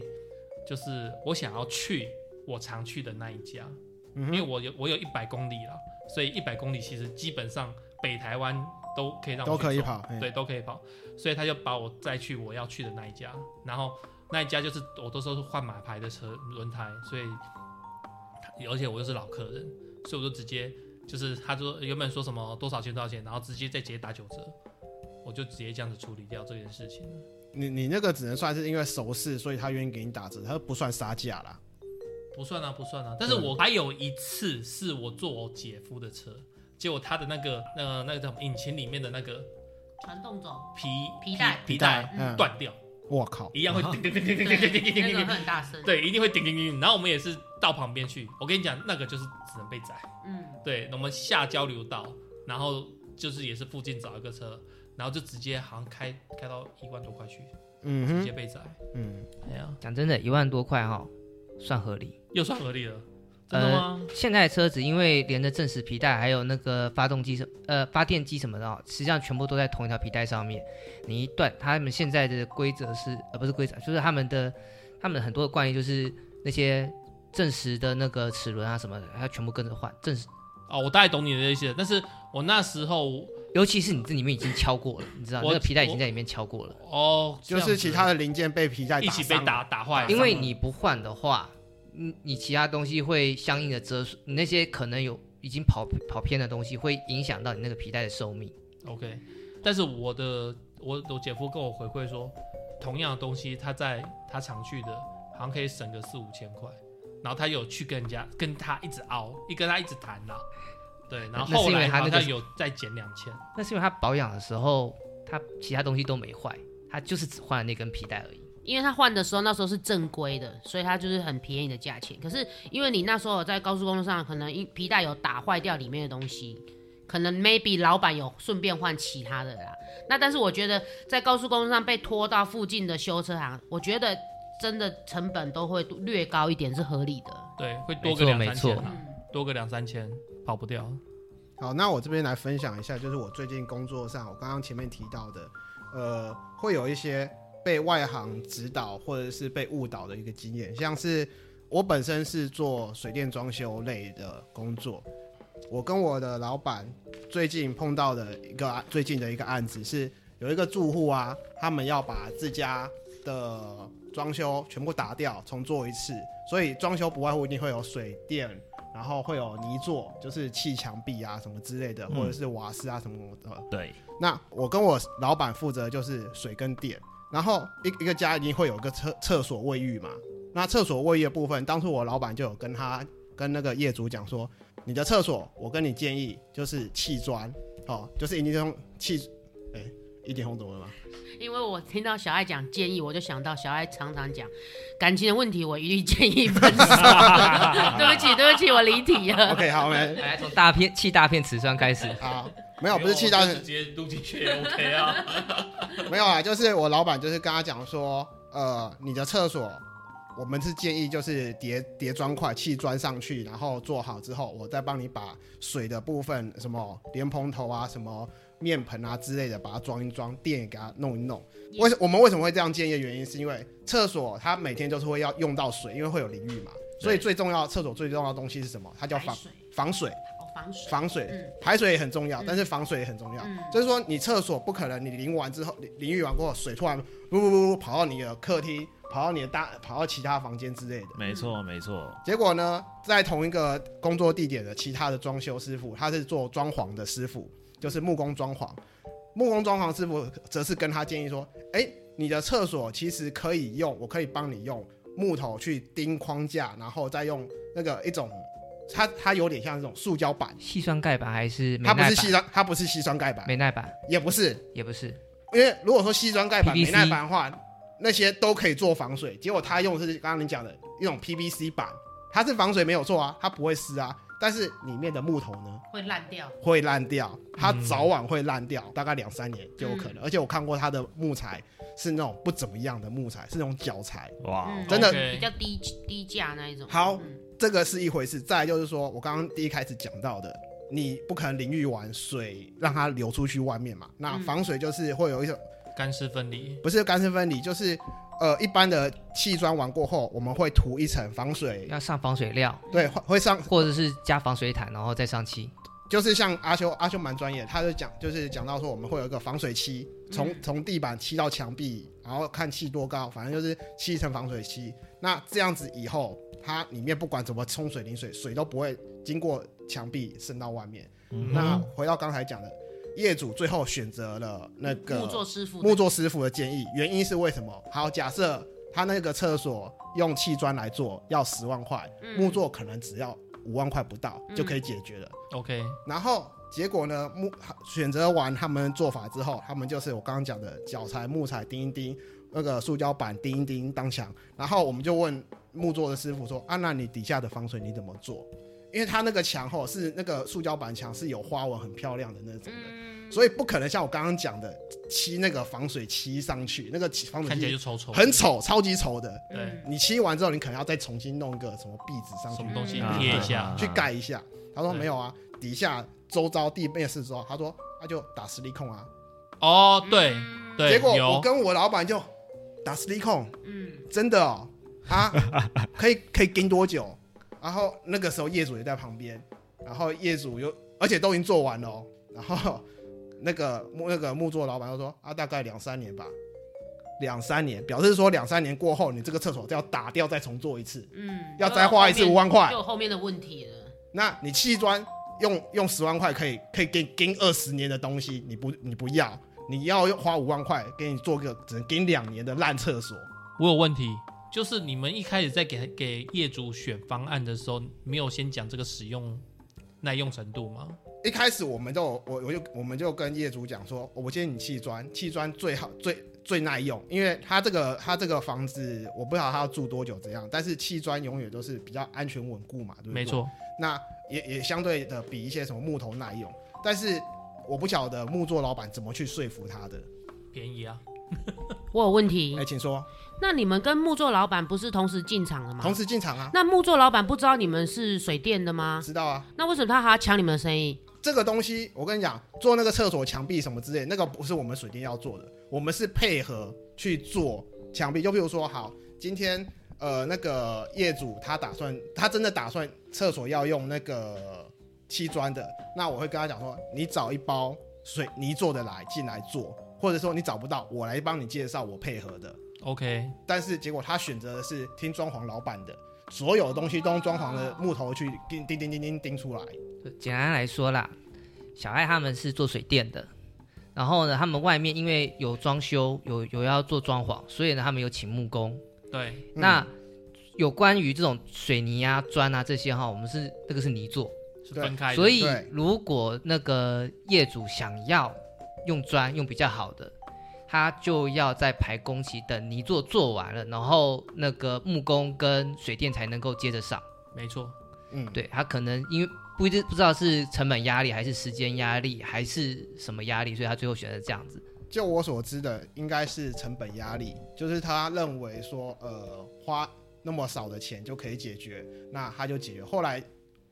Speaker 2: 就是我想要去我常去的那一家，
Speaker 1: 嗯
Speaker 2: 因为我有我有一百公里啦，所以一百公里其实基本上北台湾都可以让我
Speaker 1: 都
Speaker 2: 去
Speaker 1: 可以
Speaker 2: 走
Speaker 1: 跑，嘿
Speaker 2: 对，都可以跑，所以他就把我载去我要去的那一家，然后那一家就是我都说是换马牌的车轮胎，所以而且我又是老客人，所以我就直接就是他说原本说什么多少钱多少钱，然后直接再直接打九折，我就直接这样子处理掉这件事情。
Speaker 1: 你你那个只能算是因为熟识，所以他愿意给你打折，他不算杀价啦。
Speaker 2: 不算啊，不算啊。但是我还有一次是我坐我姐夫的车，结果他的那个呃那个叫什么引擎里面的那个
Speaker 4: 传动总
Speaker 2: 皮
Speaker 4: 皮带
Speaker 2: 皮带啊
Speaker 1: 嗯，
Speaker 2: 断掉，
Speaker 1: 我靠，
Speaker 2: 一样会叮叮叮叮叮叮叮叮叮叮叮
Speaker 4: 那个
Speaker 2: 叮，
Speaker 4: 很大声，，
Speaker 2: 对，一定会叮叮叮叮。然后我们也是到旁边去，我跟你讲，那个就是只能被宰。
Speaker 4: 嗯，
Speaker 2: 对，我们下交流道，然后就是也是附近找一个车，然后就直接好像开开到一万多块去，
Speaker 1: 嗯
Speaker 2: 直
Speaker 1: 哼
Speaker 2: 接，被宰。
Speaker 1: 嗯，
Speaker 2: 哎呀，
Speaker 5: 讲真的，一万多块哈、算合理。
Speaker 2: 又算合理了，真
Speaker 5: 呃
Speaker 2: 的吗？
Speaker 5: 现在的车子因为连着正时皮带，还有那个发动机什呃发电机什么的哦，实际上全部都在同一条皮带上面。你一断，他们现在的规则是呃不是规则，就是他们的他们很多的惯例就是那些正时的那个齿轮啊什么的，它全部跟着换正时，
Speaker 2: 哦，我大概懂你的意思，但是我那时候
Speaker 5: 尤其是你这里面已经敲过了，你知道
Speaker 2: 我
Speaker 5: 那个皮带已经在里面敲过了，
Speaker 2: 哦，
Speaker 1: 就
Speaker 2: 这样
Speaker 1: 是
Speaker 2: 子
Speaker 1: 其他的零件被皮带
Speaker 2: 一起被
Speaker 1: 伤了，
Speaker 2: 打打坏了，
Speaker 5: 因为你不换的话，你你其他东西会相应的折损，你那些可能有已经跑跑偏的东西会影响到你那个皮带的寿命。
Speaker 2: OK，但是我的我我姐夫跟我回馈说，同样的东西他在他常去的，好像可以省个四五千块，然后他有去跟人家跟他一直熬，一跟他一直谈啦、对，然
Speaker 5: 那
Speaker 2: 后
Speaker 5: 是
Speaker 2: 后
Speaker 5: 因为
Speaker 2: 来
Speaker 5: 他那
Speaker 2: 好
Speaker 5: 个
Speaker 2: 像
Speaker 5: 是
Speaker 2: 有再减两千，
Speaker 5: 那是因为他保养的时候，他其他东西都没坏，他就是只换了那根皮带而已。
Speaker 4: 因为他换的时候那时候是正规的，所以它就是很便宜的价钱。可是因为你那时候在高速公路上，可能因皮带有打坏掉里面的东西，可能 maybe 老板有顺便换其他的啦。那但是我觉得在高速公路上被拖到附近的修车行，我觉得真的成本都会略高一点是合理的。
Speaker 2: 对，会多
Speaker 5: 没
Speaker 2: 个
Speaker 5: 错
Speaker 2: 两
Speaker 5: 没
Speaker 2: 三千
Speaker 5: 错
Speaker 2: 啊，多个两三千跑不掉。
Speaker 1: 好，那我这边来分享一下，就是我最近工作上，我刚刚前面提到的，呃，会有一些被外行指导或者是被误导的一个经验，像是我本身是做水电装修类的工作，我跟我的老板最近碰到的一个案最近的一个案子是，有一个住户啊，他们要把自家的装修全部打掉，重做一次，所以装修不外乎一定会有水电然后会有泥做，就是砌墙壁啊什么之类的，
Speaker 3: 嗯
Speaker 1: 或者是瓦斯啊什么的。
Speaker 3: 对，
Speaker 1: 那我跟我老板负责就是水跟电，然后一一个家一定会有个厕厕所卫浴嘛。那厕所卫浴的部分，当初我老板就有跟他跟那个业主讲说，你的厕所我跟你建议就是砌砖，哦，就是一定是用砌，哎，一点红怎么了吗？
Speaker 4: 因为我听到小爱讲建议，我就想到小爱常常讲感情的问题，我一律建议分手。 对不起，对不起，我离题了。
Speaker 1: OK，好，没
Speaker 5: 来从大片气大片瓷砖开始，
Speaker 1: 好，没有，不是砌
Speaker 2: 我
Speaker 1: 砖
Speaker 2: 就，直接录进去也 OK 啊。
Speaker 1: 没有啊，就是我老板就是跟他讲说，呃，你的厕所，我们是建议就是叠叠砖块、砌砖上去，然后做好之后，我再帮你把水的部分，什么莲蓬头啊、什么面盆啊之类的，把它装一装，电也给它弄一弄。为什我们为什么会这样建议？的原因是因为厕所它每天就是会要用到水，因为会有淋浴嘛，所以最重要厕所最重要的东西是什么？它叫
Speaker 4: 排
Speaker 1: 防防
Speaker 4: 水，
Speaker 1: 水。
Speaker 4: 哦，防水，
Speaker 1: 防水、
Speaker 4: 嗯
Speaker 1: 排水也很重要，
Speaker 4: 嗯
Speaker 1: 但是防水也很重要。
Speaker 4: 嗯
Speaker 1: 就是说，你厕所不可能你淋完之后，淋淋浴完过后，水突然不不不不跑到你的客厅，跑到你的大，跑到其他房间之类的。
Speaker 3: 没错没错，
Speaker 1: 结果呢，在同一个工作地点的其他的装修师傅，他是做装潢的师傅，就是木工装潢。木工装潢师傅则是跟他建议说：“哎、你的厕所其实可以用，我可以帮你用木头去钉框架，然后再用那个一种，它它有点像那种塑胶板。”
Speaker 5: 细酸盖板还是美
Speaker 1: 它不
Speaker 5: 耐
Speaker 1: 是硒
Speaker 5: 板？
Speaker 1: 酸，它不是硒酸钙板，
Speaker 5: 美耐板
Speaker 1: 也不是，
Speaker 5: 也不是，
Speaker 1: 因为如果说硒酸钙板、
Speaker 5: PVC
Speaker 1: 美耐板的话，那些都可以做防水。结果它用的是刚刚你讲的一种 PVC 板，它是防水没有错啊，它不会湿啊，但是里面的木头呢
Speaker 4: 会烂掉。
Speaker 1: 会烂掉，它早
Speaker 5: 嗯
Speaker 1: 晚会烂掉，大概两三年就有可能。而且我看过它的木材是那种不怎么样的木材，是那种脚材。
Speaker 3: 哇，
Speaker 4: 嗯
Speaker 1: 真的
Speaker 4: 比较低低价那一种。
Speaker 1: 好
Speaker 4: 嗯
Speaker 1: 这个是一回事。再来就是说，我刚刚第一开始讲到的，你不可能淋浴完水让它流出去外面嘛，那
Speaker 4: 嗯
Speaker 1: 防水就是会有一种。
Speaker 2: 干湿分离，
Speaker 1: 不是干湿分离，就是呃一般的砌砖完过后，我们会涂一层防水，
Speaker 5: 要上防水料，
Speaker 1: 对，会会上，
Speaker 5: 或者是加防水毯，然后再上漆。
Speaker 1: 就是像阿修，阿修蛮专业的，他就讲就是讲到说我们会有一个防水漆，从
Speaker 4: 嗯
Speaker 1: 从地板漆到墙壁，然后看砌多高，反正就是漆一层防水漆。那这样子以后，它里面不管怎么冲水淋水，水都不会经过墙壁渗到外面。
Speaker 3: 嗯
Speaker 1: 那回到刚才讲的，业主最后选择了那个
Speaker 4: 木作师傅的
Speaker 1: 木作师傅的建议，原因是为什么？好，假设他那个厕所用砌砖来做，要十万块，
Speaker 4: 嗯
Speaker 1: 木作可能只要五万块不到
Speaker 4: 嗯
Speaker 1: 就可以解决了。
Speaker 2: OK，
Speaker 1: 然后结果呢，木呃选择完他们做法之后，他们就是呃我刚刚讲的脚材、木材钉一钉，那个塑胶板钉一钉当墙。然后我们就问木作的师傅说：“啊，那你底下的防水你怎么做？”因为他那个墙吼是那个塑胶板墙是有花纹，很漂亮的那种的。
Speaker 4: 嗯，
Speaker 1: 所以不可能像我刚刚讲的漆那个防水漆上去，那个漆防水
Speaker 2: 看起来
Speaker 1: 漆
Speaker 2: 就丑丑，
Speaker 1: 很丑，超级丑的。
Speaker 2: 对
Speaker 4: 嗯
Speaker 1: 你漆完之后，你可能要再重新弄一个什么壁纸上
Speaker 2: 什
Speaker 1: 去
Speaker 2: 么东西
Speaker 4: 嗯
Speaker 2: 贴一下，
Speaker 1: 去盖一下。他说
Speaker 2: 啊对
Speaker 1: 没有啊，底下周遭地面是之后，他说那就打实力控啊。
Speaker 2: 哦，对
Speaker 4: 嗯
Speaker 2: 对，
Speaker 1: 结果我
Speaker 2: 有
Speaker 1: 跟我老板就打实力控，
Speaker 4: 嗯，
Speaker 1: 真的哦啊， 可以可以跟多久？然后那个时候业主也在旁边，然后业主又而且都已经做完了、哦，然后那个木那个木作老板就说啊，大概两三年吧，两三年表示说两三年过后，你这个厕所要打掉再重做一次，
Speaker 4: 嗯，
Speaker 1: 要再花一次五万块
Speaker 4: 就有后面的问题了。
Speaker 1: 那你砌砖用用十万块可以可以给给二十年的东西，你不你不要，你要用花五万块给你做个只能给你两年的烂厕所，
Speaker 2: 我有问题，就是你们一开始在给给业主选方案的时候，没有先讲这个使用耐用程度吗？
Speaker 1: 一开始我们都有我我就我们就跟业主讲说，我建议你砌砖，砌砖最好最最耐用，因为它这个它这个房子我不知道它要住多久怎样，但是砌砖永远都是比较安全稳固嘛，对不对？
Speaker 2: 没。错，
Speaker 1: 那也也相对的比一些什么木头耐用，但是我不晓得木作老板怎么去说服他的。
Speaker 2: 便宜啊，
Speaker 4: 我有问题
Speaker 1: 哎、，请说，
Speaker 4: 那你们跟木作老板不是同时进场了吗
Speaker 1: 同？时进场啊，
Speaker 4: 那木作老板不知道你们是水电的吗？
Speaker 1: 知道啊。
Speaker 4: 那为什么他还要抢你们的生意？
Speaker 1: 这个东西，我跟你讲，做那个厕所墙壁什么之类，那个不是我们水电要做的，我们是配合去做墙壁。就比如说，好，今天呃那个业主他打算，他真的打算厕所要用那个砌砖的，那我会跟他讲说，你找一包水泥做的来进来做，或者说你找不到，我来帮你介绍我配合的。
Speaker 2: OK，
Speaker 1: 但是结果他选择的是听装潢老板的，所有东西都用装潢的木头去钉钉钉钉钉钉出来。
Speaker 5: 就简单来说啦，小爱他们是做水电的，然后呢，他们外面因为有装修，有有要做装潢，所以呢，他们有请木工。
Speaker 2: 对，
Speaker 1: 嗯
Speaker 5: 那有关于这种水泥啊、砖啊这些哈，我们是那个是泥做，
Speaker 2: 是
Speaker 1: 对
Speaker 2: 分开的，
Speaker 5: 所以
Speaker 1: 对
Speaker 5: 如果那个业主想要用砖用比较好的，他就要在排工期等泥做做完了，然后那个木工跟水电才能够接着上。
Speaker 2: 没错，
Speaker 1: 嗯，
Speaker 5: 对他可能因为不一定不知道是成本压力还是时间压力还是什么压力，所以他最后选择这样子。
Speaker 1: 就我所知的，应该是成本压力，就是他认为说，呃，花那么少的钱就可以解决，那他就解决。后来，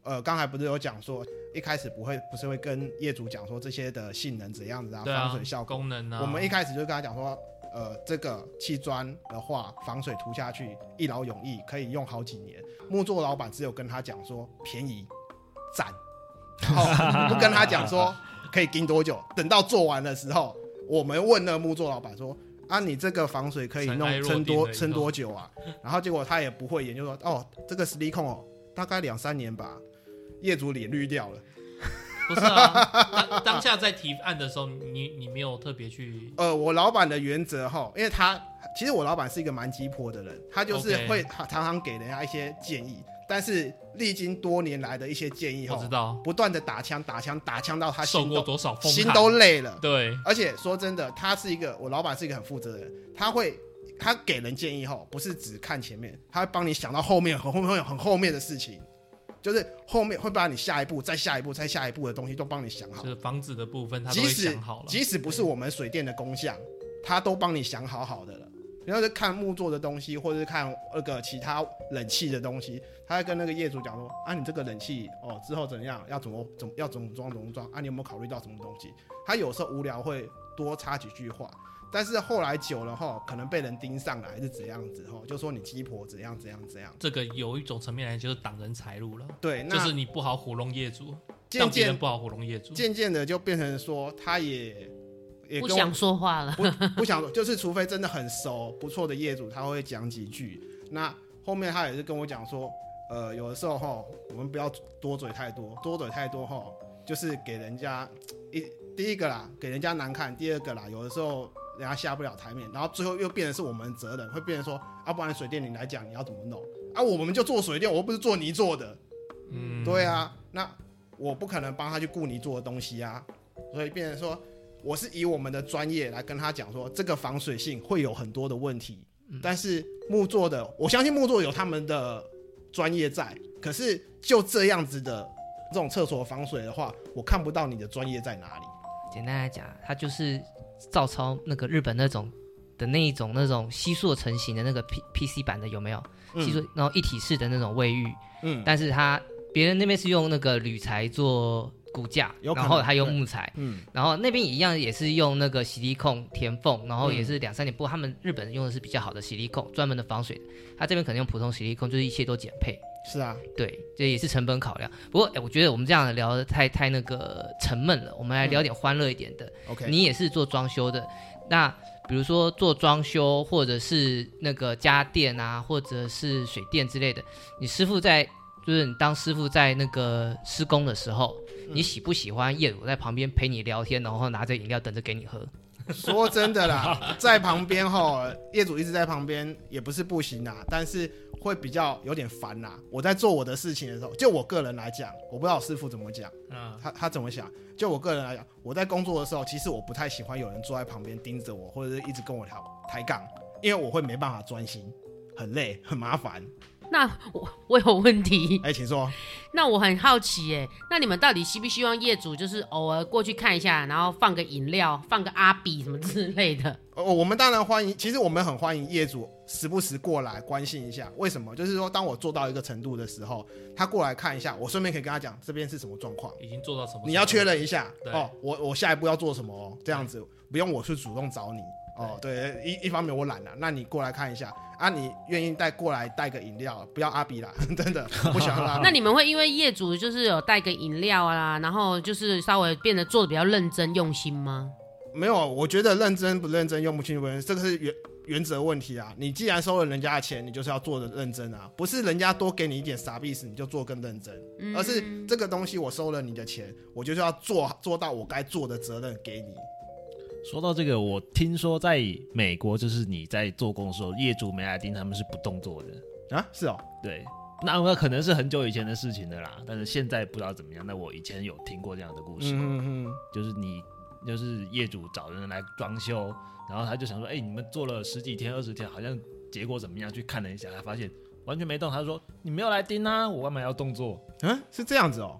Speaker 1: 呃，刚才不是有讲说，一开始不会不是会跟业主讲说这些的性能怎样子啊，
Speaker 2: 对
Speaker 1: 防
Speaker 2: 啊
Speaker 1: 水，效果。
Speaker 2: 功能啊，
Speaker 1: 我们一开始就跟他讲说，呃，这个砌砖的话，防水涂下去一劳永逸，可以用好几年。木作老板只有跟他讲说便宜， 赞，然后不跟他讲说可以盯多久。等到做完的时候，我们问那个木作老板说。啊，你这个防水可以
Speaker 2: 尘埃
Speaker 1: 弄
Speaker 2: 落
Speaker 1: 撑
Speaker 2: 定
Speaker 1: 多
Speaker 2: 了以
Speaker 1: 撑
Speaker 2: 后
Speaker 1: 多久啊？然后结果他也不会研究说，哦，这个实力控哦，大概两三年吧。业主脸绿掉了，
Speaker 2: 不是啊，当当下在提案的时候，你你没有特别去
Speaker 1: 呃，我老板的原则哈，因为他其实我老板是一个蛮鸡婆的人，他就是会常常给人家一些建议，但是历经多年来的一些建议
Speaker 2: 我
Speaker 1: 后
Speaker 2: 知，道
Speaker 1: 不断的打枪打枪打枪到他
Speaker 2: 受
Speaker 1: 心
Speaker 2: 过
Speaker 1: 都
Speaker 2: 多少风
Speaker 1: 心
Speaker 2: 寒，
Speaker 1: 都累了。
Speaker 2: 对，
Speaker 1: 而且说真的，他是一个我老板是一个很负责的人，他会他给人建议后，不是只看前面，他会帮你想到后面很后面很后面的事情，就是后面会把你下一步再下一步再下一步的东西都帮你想好
Speaker 2: 就。是房子的部分，他都
Speaker 1: 即
Speaker 2: 会
Speaker 1: 使
Speaker 2: 想好了，
Speaker 1: 即使不是我们水电的工项，他都帮你想好好的了。然后就看木做的东西，或者是看那个其他冷气的东西，他会跟那个业主讲说：啊，你这个冷气哦，之后怎样，要怎么怎么要怎么装怎么装啊？你有没有考虑到什么东西？他有时候无聊会多插几句话，但是后来久了哈，可能被人盯上了还是怎样子哈，就说你鸡婆怎样怎样怎样。
Speaker 2: 这个有一种层面来讲就是挡人财路了，
Speaker 1: 对，那
Speaker 2: 就是你不好糊弄业主，
Speaker 1: 渐
Speaker 2: 让别人
Speaker 1: 渐
Speaker 2: 不好糊弄业主，
Speaker 1: 渐渐的就变成说，他也也
Speaker 4: 不
Speaker 1: 跟我
Speaker 4: 想说话了。
Speaker 1: 不想说，就是除非真的很熟不错的业主，他会讲几句。那后面他也是跟我讲说，呃，有的时候哈，我们不要多嘴太多，多嘴太多哈，就是给人家一第一个啦，给人家难看；第二个啦，有的时候人家下不了台面，然后最后又变成是我们的责任，会变成说，啊，不然水电你来讲你要怎么弄啊？我们就做水电，我又不是做泥做的，
Speaker 2: 嗯，
Speaker 1: 对，啊，那我不可能帮他去顾你做的东西啊，所以变成说，我是以我们的专业来跟他讲说，这个防水性会有很多的问题，但是木作的，我相信木作有他们的专业在，可是就这样子的这种厕所防水的话，我看不到你的专业在哪里。
Speaker 5: 简单来讲，它就是照抄那个日本那种的那一种那种吸塑成型的那个 P P C 版的有没有？吸塑，然后一体式的那种卫浴，
Speaker 1: 嗯，
Speaker 5: 但是它别人那边是用那个铝材做骨架，
Speaker 1: 有可
Speaker 5: 然
Speaker 1: 能
Speaker 5: 后它用
Speaker 1: 对
Speaker 5: 木材，
Speaker 1: 嗯
Speaker 5: 然后那边一样也是用那个洗涤控填缝，然后
Speaker 1: 嗯
Speaker 5: 也是两三年，不过他们日本用的是比较好的洗涤控，专门的防水的，他这边可能用普通洗涤控，就是一切都减配。
Speaker 1: 是啊，
Speaker 5: 对，这也是成本考量。不过，哎，我觉得我们这样聊的太太那个沉闷了，我
Speaker 1: 嗯
Speaker 5: 们来聊点欢乐一点的。
Speaker 1: OK，
Speaker 5: 你也是做装修的，那比如说做装修，或者是那个家电啊，或者是水电之类的，你师傅在就是你当师傅在那个施嗯工的时候，你喜不喜欢业主在旁边陪你聊天，然后拿着饮料等着给你喝？
Speaker 1: 说真的啦，在旁边哈，业主一直在旁边也不是不行啦，但是会比较有点烦啦。我在做我的事情的时候，就我个人来讲，我不知道我师傅怎么讲，
Speaker 2: 嗯，
Speaker 1: 他他怎么想。就我个人来讲，我在工作的时候，其实我不太喜欢有人坐在旁边盯着我，或者是一直跟我聊抬杠，因为我会没办法专心，很累，很麻烦。
Speaker 4: 那我我有问题，
Speaker 1: 哎、请说。
Speaker 4: 那我很好奇哎，那你们到底希不希望业主就是偶尔过去看一下，然后放个饮料，放个阿比什么之类的？
Speaker 1: 呃，我们当然欢迎，其实我们很欢迎业主时不时过来关心一下。为什么？就是说，当我做到一个程度的时候，他过来看一下，我顺便可以跟他讲这边是什么状况，
Speaker 2: 已经做到什么？
Speaker 1: 你要确，认一下
Speaker 2: 哦对
Speaker 1: 哦。我我下一步要做什么哦？这样子不用我去主动找你哦。对，一一方面我懒了、啊那你过来看一下啊，你愿意带过来带个饮料，不要阿比啦， 真的我不喜欢阿比
Speaker 4: 那你们会因为业主就是有带个饮料啊，然后就是稍微变得做的比较认真用心吗？
Speaker 1: 没有，我觉得认真不认真用不清不认真，这个是原原则问题啊。你既然收了人家的钱，你就是要做的认真啊，不是人家多给你一点傻逼死你就做更认真，
Speaker 2: 嗯
Speaker 1: 而是这个东西我收了你的钱，我就是要做做到我该做的责任给你。
Speaker 3: 说到这个，我听说在美国，就是你在做工的时候，业主没来盯，他们是不动作的。
Speaker 1: 啊，是哦，
Speaker 3: 对，那那可能是很久以前的事情了啦，但是现在不知道怎么样。那我以前有听过这样的故事，
Speaker 1: 嗯嗯
Speaker 3: 就是你就是业主找人来装修，然后他就想说，哎、你们做了十几天、二十天，好像结果怎么样？去看了一下，他发现完全没动。他说，你没有来盯啊，我干嘛要动作？
Speaker 1: 嗯，啊是这样子哦，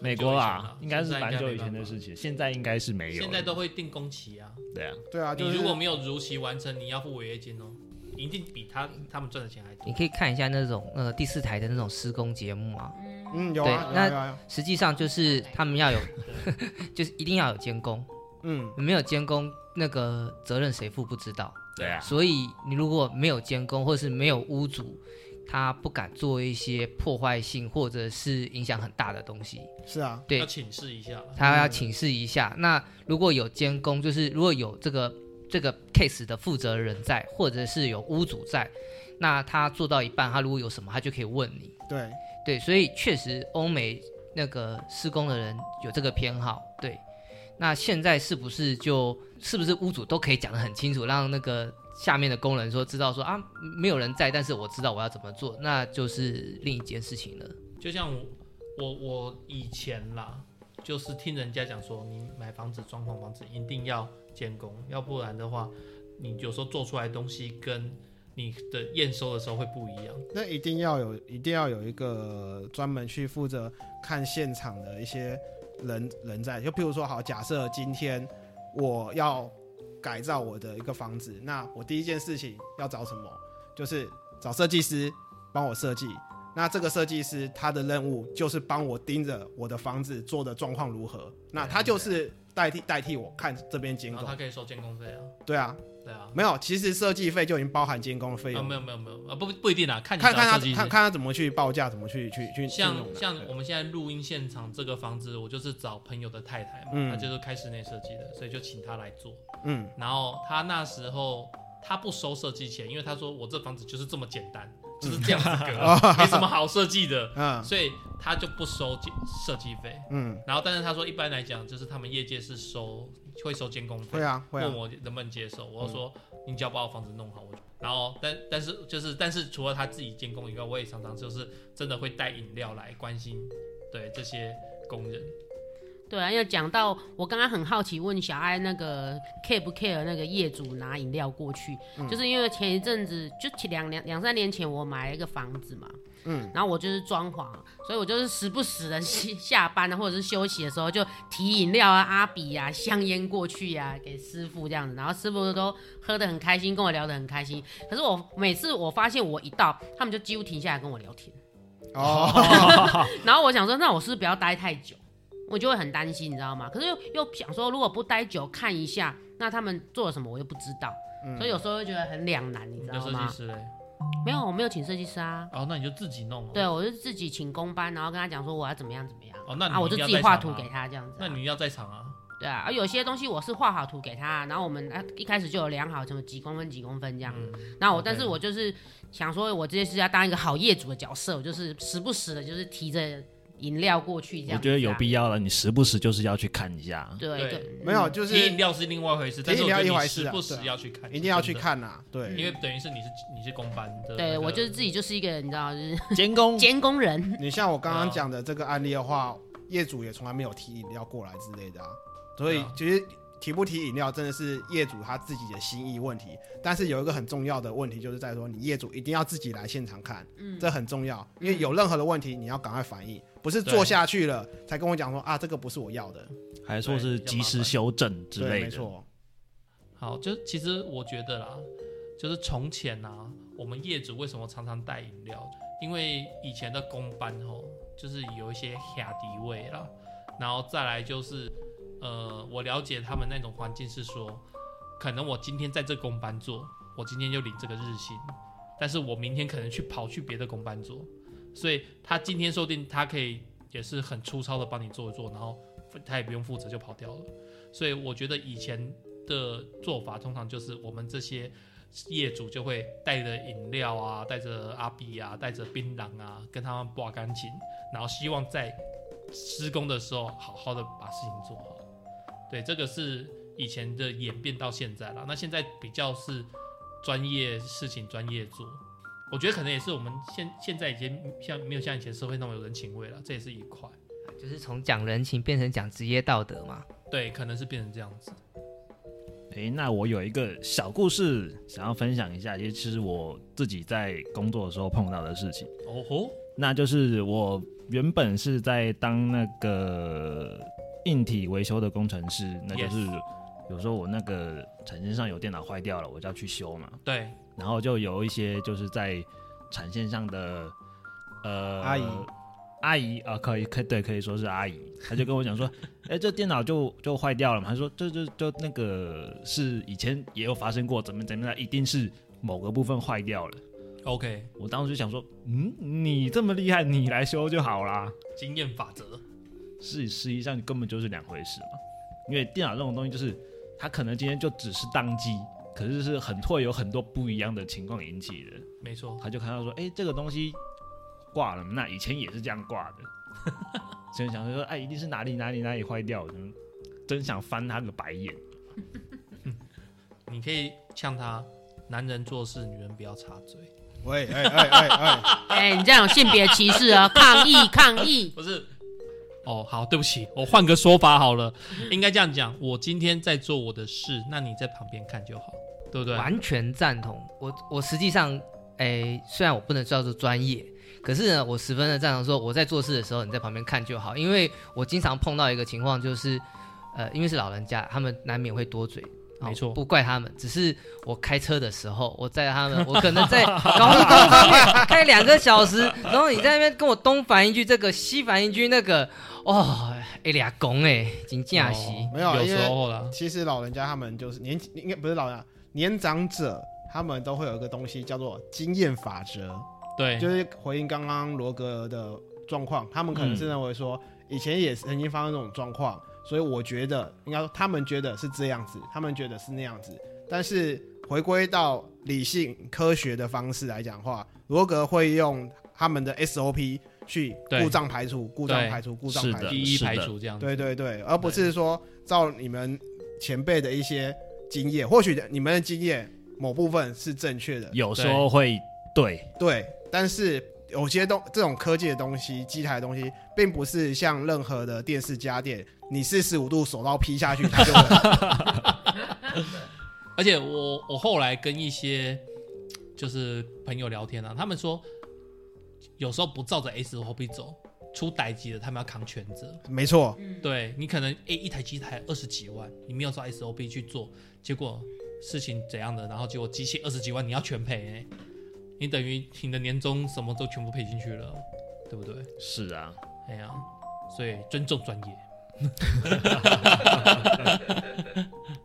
Speaker 3: 美国啊
Speaker 2: 了，
Speaker 3: 应该是
Speaker 2: 现在应
Speaker 3: 蛮
Speaker 2: 该
Speaker 3: 久以
Speaker 2: 没
Speaker 3: 前
Speaker 2: 办
Speaker 3: 的
Speaker 2: 法
Speaker 3: 事情，现在应该是没有了。
Speaker 2: 现在都会定工期啊。
Speaker 3: 对啊，
Speaker 1: 对啊，就
Speaker 2: 你
Speaker 1: 是
Speaker 2: 如果没有如期完成，你要付违约金哦，一定比他他们赚的钱还
Speaker 5: 你
Speaker 2: 多。
Speaker 5: 可以看一下那种呃第四台的那种施工节目啊，
Speaker 1: 嗯有啊有啊
Speaker 5: 对
Speaker 1: 有啊有啊，
Speaker 5: 实际上就是他们 要有，就是一定要有监工，
Speaker 1: 嗯
Speaker 5: 没有监工那个责任谁负不知道。
Speaker 3: 对啊，
Speaker 5: 所以你如果没有监工，或者是没有屋主，他不敢做一些破坏性或者是影响很大的东西，
Speaker 1: 是啊，
Speaker 5: 对
Speaker 2: 要请示一下啦。
Speaker 5: 他要请示一下。那如果有监工，就是如果有这个这个 case 的负责人在，或者是有屋主在，那他做到一半，他如果有什么，他就可以问你。
Speaker 1: 对，
Speaker 5: 对，所以确实欧美那个施工的人有这个偏好。对，那现在是不是就是不是屋主都可以讲得很清楚，让那个下面的工人说知道说啊没有人在，但是我知道我要怎么做，那就是另一件事情了。
Speaker 2: 就像我我我以前啦，就是听人家讲说，你买房子装潢房子一定要监工，要不然的话，你有时候做出来的东西跟你的验收的时候会不一样。
Speaker 1: 那一定要有一定要有一个专门去负责看现场的一些人人在，就譬如说好，假设今天我要改造我的一个房子，那我第一件事情要找什么？就是找设计师帮我设计。那这个设计师他的任务就是帮我盯着我的房子做的状况如何，那他就是代替代替我看这边监
Speaker 2: 然后
Speaker 1: 工
Speaker 2: 他。可以收监工费啊，
Speaker 1: 对啊，
Speaker 2: 对啊，
Speaker 1: 没有，其实设计费就已经包含监工的费
Speaker 2: 啊
Speaker 1: 用
Speaker 2: 没。有没有没有啊不不一定啊，看你
Speaker 1: 看看
Speaker 2: 找
Speaker 1: 他
Speaker 2: 设计师
Speaker 1: 看看他怎么去报价，怎么去去去去弄
Speaker 2: 像
Speaker 1: 的
Speaker 2: 像
Speaker 1: 对
Speaker 2: 我们现在录音现场这个房子，我就是找朋友的太太嘛，
Speaker 1: 嗯
Speaker 2: 她就是开室内设计的，所以就请她来做。
Speaker 1: 嗯
Speaker 2: 然后她那时候她不收设计钱，因为她说我这房子就是这么简单，就是这样子格，没什么好设计的，
Speaker 1: 嗯
Speaker 2: 所以她就不收计设计费。
Speaker 1: 嗯，
Speaker 2: 然后但是她说一般来讲，就是他们业界是收会收监工费
Speaker 1: 会，啊会啊
Speaker 2: 问，我能不能接受，我就说、你只要把我房子弄好，我就。然后，但但是就是，但是除了他自己监工以外，我也常常就是真的会带饮料来关心，对这些工人。
Speaker 4: 对啊，因为讲到我刚刚很好奇问小艾那个 care 不 care 那个业主拿饮料过去，就是因为前一阵子就前两两两三年前我买了一个房子嘛，
Speaker 1: 嗯，
Speaker 4: 然后我就是装潢，啊所以我就是时不时的 下班啊或者是休息的时候就提饮料啊、阿比呀、香烟过去呀、给师傅这样子，然后师傅都喝得很开心，跟我聊得很开心。可是我每次我发现我一到，他们就几乎停下来跟我聊天。
Speaker 1: 哦，
Speaker 4: 然后我想说，那我是不是不要待太久？我就会很担心，你知道吗？可是又又想说，如果不待久看一下，那他们做了什么我又不知道，所以有时候会觉得很两难，你
Speaker 2: 你
Speaker 4: 知
Speaker 2: 的
Speaker 4: 道
Speaker 2: 嗯设
Speaker 4: 吗
Speaker 2: 计？师嘞？
Speaker 4: 没有，我没有请设计师啊。
Speaker 2: 哦，那你就自己弄了。
Speaker 4: 对，，啊我就自己请工班，然后跟他讲说我要怎么样怎么样。
Speaker 2: 哦那你
Speaker 4: 啊，我
Speaker 2: 一
Speaker 4: 就
Speaker 2: 定
Speaker 4: 自
Speaker 2: 要
Speaker 4: 己
Speaker 2: 在
Speaker 4: 画
Speaker 2: 场
Speaker 4: 图
Speaker 2: 啊
Speaker 4: 给他这样子啊、
Speaker 2: 那你要在场啊。
Speaker 4: 对啊，而有些东西我是画好图给他，然后我们啊一开始就有量好什么几公分几公分这样。
Speaker 2: 嗯，
Speaker 4: 那我
Speaker 2: OK
Speaker 4: 但是我就是想说，我这次要当一个好业主的角色，我就是时不时的，就是提着饮料过去这样、啊
Speaker 3: 我觉得
Speaker 1: 啊
Speaker 3: 有必
Speaker 4: 要。
Speaker 3: 要了，你时不时就是要去看一下。
Speaker 4: 对
Speaker 2: 对
Speaker 4: 对，
Speaker 1: 没有，
Speaker 4: 嗯
Speaker 1: 就是
Speaker 2: 提饮料是另外一回事，但是我觉
Speaker 1: 提
Speaker 2: 得
Speaker 1: 饮料一
Speaker 2: 你
Speaker 1: 回事
Speaker 2: 时
Speaker 1: 啊
Speaker 2: 不
Speaker 1: 对
Speaker 2: 时
Speaker 1: 啊
Speaker 2: 要去看，
Speaker 1: 一定要去
Speaker 2: 真的，
Speaker 1: 看啦。对，
Speaker 2: 因为等于是你是你是公班
Speaker 1: 嗯
Speaker 2: 的那个，
Speaker 4: 对我就是自己就是一个你知道就是
Speaker 3: 监工
Speaker 4: 监工人，
Speaker 1: 你像我刚
Speaker 2: 啊
Speaker 1: 刚讲的这个案例的话，业主也从来没有提饮料过来之类的啊，所以
Speaker 2: 对啊
Speaker 1: 其实提不提饮料真的是业主他自己的心意问题。但是有一个很重要的问题，就是在说你业主一定要自己来现场看，
Speaker 4: 嗯，
Speaker 1: 这很重要，因为有任何的问题你要赶快反应，不是
Speaker 2: 对
Speaker 1: 做下去了才跟我讲说啊这个不是我要的，
Speaker 3: 还说是及时修正之
Speaker 1: 对，
Speaker 3: 类
Speaker 1: 没
Speaker 3: 的，
Speaker 1: 错，
Speaker 2: 好，就是其实我觉得啦，就是从前啊，我们业主为什么常常带饮料？因为以前的公班吼，就是有一些下敌味啦，然后再来就是，呃，我了解他们那种环境是说，可能我今天在这公班做，我今天就领这个日薪，但是我明天可能去跑去别的公班做，所以他今天说不定他可以也是很粗糙的帮你做一做，然后他也不用负责就跑掉了，所以我觉得以前的做法通常就是我们这些业主就会带着饮料啊，带着阿比啊，带着槟榔啊，跟他们挂钢琴，然后希望在施工的时候好好的把事情做好。对，这个是以前的演变到现在了。那现在比较是专业事情专业做，我觉得可能也是我们现现在已经像没有像以前社会那么有人情味了，这也是一块。
Speaker 5: 就是从讲人情变成讲职业道德嘛。
Speaker 2: 对，可能是变成这样子。
Speaker 3: 诶，那我有一个小故事想要分享一下，也其实我自己在工作的时候碰到的事情，
Speaker 2: 哦吼，
Speaker 3: 那就是我原本是在当那个硬体维修的工程师，那就是有时候我那个产线上有电脑坏掉了，我就要去修嘛，
Speaker 2: 对，
Speaker 3: 然后就有一些就是在产线上的呃
Speaker 1: 阿姨
Speaker 3: 阿姨啊、可以可以对，可以说是阿姨，她就跟我讲说， 哎、这电脑就就坏掉了嘛，她说这这就那个是以前也有发生过，怎么怎么样，一定是某个部分坏掉了。
Speaker 2: OK，
Speaker 3: 我当时就想说，嗯，你这么厉害，你来修就好啦。
Speaker 2: 经验法则。
Speaker 3: 是实际上根本就是两回事嘛，因为电脑这种东西就是它可能今天就只是宕机，可是是很会有很多不一样的情况引起的。
Speaker 2: 没错，
Speaker 3: 他就看到说，哎、这个东西挂了，那以前也是这样挂 的。真想说，哎，一定是哪里哪里哪里坏掉，真真想翻他个白眼。
Speaker 2: 你可以呛他，男人做事，女人不要插嘴。
Speaker 1: 喂，哎哎哎哎，
Speaker 4: 哎、你这样有性别歧视 啊！抗议抗议！
Speaker 2: 不是，哦，好，对不起，我换个说法好了，应该这样讲，我今天在做我的事，那你在旁边看就好，对不对？
Speaker 5: 完全赞同。我我实际上，哎，虽然我不能叫做专业，可是呢，我十分的赞同说，我在做事的时候，你在旁边看就好。因为我经常碰到一个情况，就是，呃，因为是老人家，他们难免会多嘴。哦
Speaker 2: 没错
Speaker 5: 不怪他们，只是我开车的时候，我载他们， 我可能在高速公路上面开两个小时，然后你在那边跟我东反一句这个，西反一句那个，哦，哎俩公哎，真假西，
Speaker 2: 哦
Speaker 1: 没有啊
Speaker 2: 有
Speaker 1: 因为
Speaker 2: 时候啦，
Speaker 1: 其实老人家他们就是年纪应该不是老人家，年长者他们都会有一个东西叫做经验法则。
Speaker 2: 对，
Speaker 1: 就是回应刚刚罗格的状况，他们可能是认为说，以前也曾经发生这种状况，所以我觉得应该说他们觉得是这样子，他们觉得是那样子，但是回归到理性科学的方式来讲的话，罗格会用他们的 SOP 去
Speaker 2: 对
Speaker 1: 故障排除、故障
Speaker 2: 对
Speaker 1: 排除、故障
Speaker 3: 是
Speaker 1: 排
Speaker 3: 的
Speaker 1: 除，
Speaker 2: 第一
Speaker 3: 是的
Speaker 2: 排除这样子，
Speaker 1: 对对对，而不是说照你们前辈的一些经验，或许你们的经验某部分是正确的，
Speaker 3: 有时候会对，
Speaker 1: 对，但是有些东这种科技的东西，机台的东西，并不是像任何的电视家电，你四十五度手刀劈下去，它就 会
Speaker 2: 而且我我后来跟一些就是朋友聊天啊，他们说有时候不照着 SOP 走，出歹级的他们要扛全责。
Speaker 1: 没错，
Speaker 4: 嗯
Speaker 2: 对你可能诶一台机台二十几万，你没有照 SOP 去做，结果事情怎样的，然后结果机械二十几万你要全赔、欸，你等于你的年终什么都全部赔进去了，对不对？
Speaker 3: 是啊，
Speaker 2: 哎呀、所以尊重专业。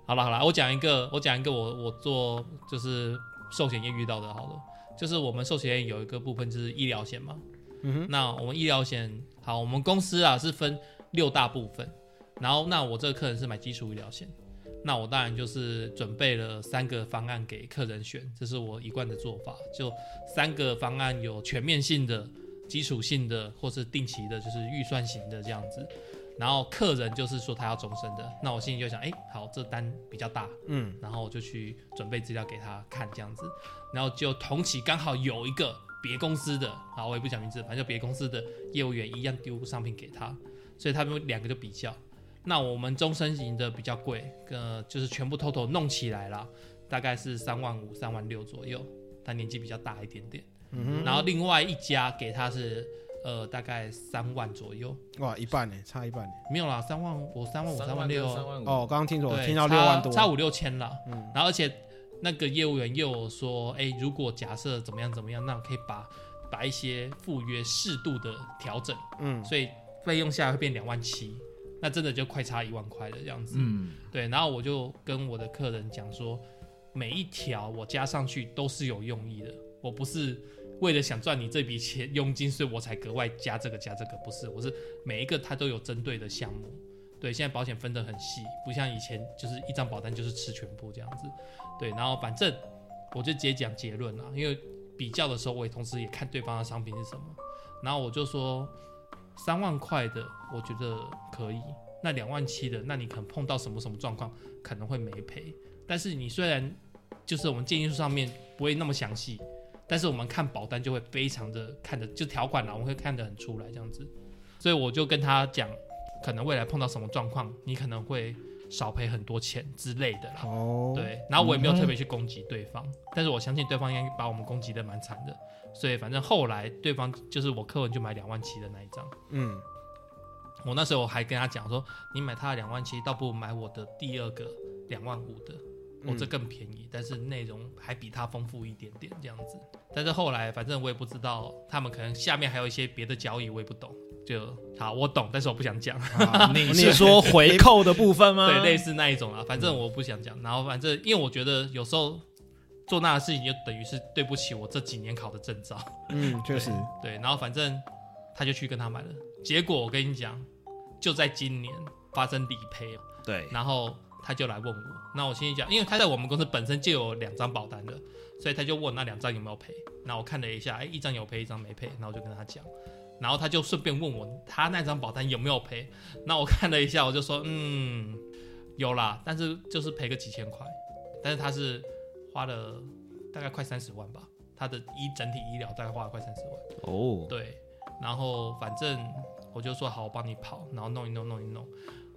Speaker 2: 好了好了，我讲一个，我讲一个我我做就是寿险业遇到的，好了，就是我们寿险业有一个部分就是医疗险嘛，
Speaker 1: 嗯哼，
Speaker 2: 那我们医疗险，好，我们公司啊是分六大部分，然后那我这个客人是买基础医疗险，那我当然就是准备了三个方案给客人选，这是我一贯的做法，就三个方案有全面性的、基础性的或是定期的，就是预算型的这样子。然后客人就是说他要终身的，那我心里就想，哎，好，这单比较大，
Speaker 1: 嗯，
Speaker 2: 然后我就去准备资料给他看这样子，然后就同期刚好有一个别公司的，好，我也不讲名字，反正就别公司的业务员一样丢商品给他，所以他们两个就比较。那我们终身型的比较贵，呃，就是全部 total 弄起来啦，大概是三万五、三万六左右。他年纪比较大一点点，
Speaker 1: 嗯
Speaker 2: 然后另外一家给他是呃大概三万左右，
Speaker 1: 哇，一半呢，差一半呢。
Speaker 2: 没有啦，三万我三万五、三万六哦
Speaker 3: 三万五，
Speaker 1: 哦，我刚刚听错，
Speaker 2: 对，
Speaker 1: 听到六万多，嗯
Speaker 2: 差差五六千了。然后而且那个业务员又有说，哎，如果假设怎么样怎么样，那我可以把把一些赴约适度的调整，
Speaker 1: 嗯，
Speaker 2: 所以费用下来会变两万七，那真的就快差一万块了这样子。
Speaker 3: 嗯，
Speaker 2: 对，然后我就跟我的客人讲说，每一条我加上去都是有用意的，我不是为了想赚你这笔钱佣金，所以我才格外加这个加这个，不是，我是每一个它都有针对的项目。对，现在保险分得很细，不像以前就是一张保单就是吃全部这样子。对，然后反正我就直接讲结论啦，因为比较的时候，我也同时也看对方的商品是什么，然后我就说三万块的，我觉得可以。那两万七的，那你可能碰到什么什么状况，可能会没赔。但是你虽然就是我们建议书上面不会那么详细，但是我们看保单就会非常的看的就条款啦，我们会看得很出来这样子。所以我就跟他讲，可能未来碰到什么状况，你可能会少赔很多钱之类的啦。
Speaker 1: 哦，
Speaker 2: 对，然后我也没有特别去攻击对方，但是我相信对方应该把我们攻击的蛮惨的，所以反正后来对方就是我客人就买两万七的那一张，
Speaker 1: 嗯，
Speaker 2: 我那时候还跟他讲说，你买他的两万七，倒不如买我的第二个两万五的，我、
Speaker 1: 嗯
Speaker 2: 这更便宜，但是内容还比它丰富一点点这样子。但是后来反正我也不知道，他们可能下面还有一些别的交易，我也不懂。就好，我懂，但是我不想讲。
Speaker 1: 好
Speaker 3: 你是说回扣的部 分吗？
Speaker 2: 对，类似那一种啦。反正我不想讲，然后反正因为我觉得有时候做那的事情就等于是对不起我这几年考的证照。
Speaker 1: 嗯，确实，
Speaker 2: 对，然后反正他就去跟他买了。结果我跟你讲，就在今年发生理赔，
Speaker 3: 对，
Speaker 2: 然后他就来问我，那我心里讲，因为他在我们公司本身就有两张保单的，所以他就问我那两张有没有赔。那我看了一下，哎，一张有赔，一张没赔，那我就跟他讲。然后他就顺便问我他那张保单有没有赔，那我看了一下，我就说嗯，有啦，但是就是赔个几千块，但是他是花了大概快三十万吧，他的医整体医疗大概花了快三十万。
Speaker 3: 哦，
Speaker 2: 对，然后反正我就说好，我帮你跑，然后弄一弄，弄一弄，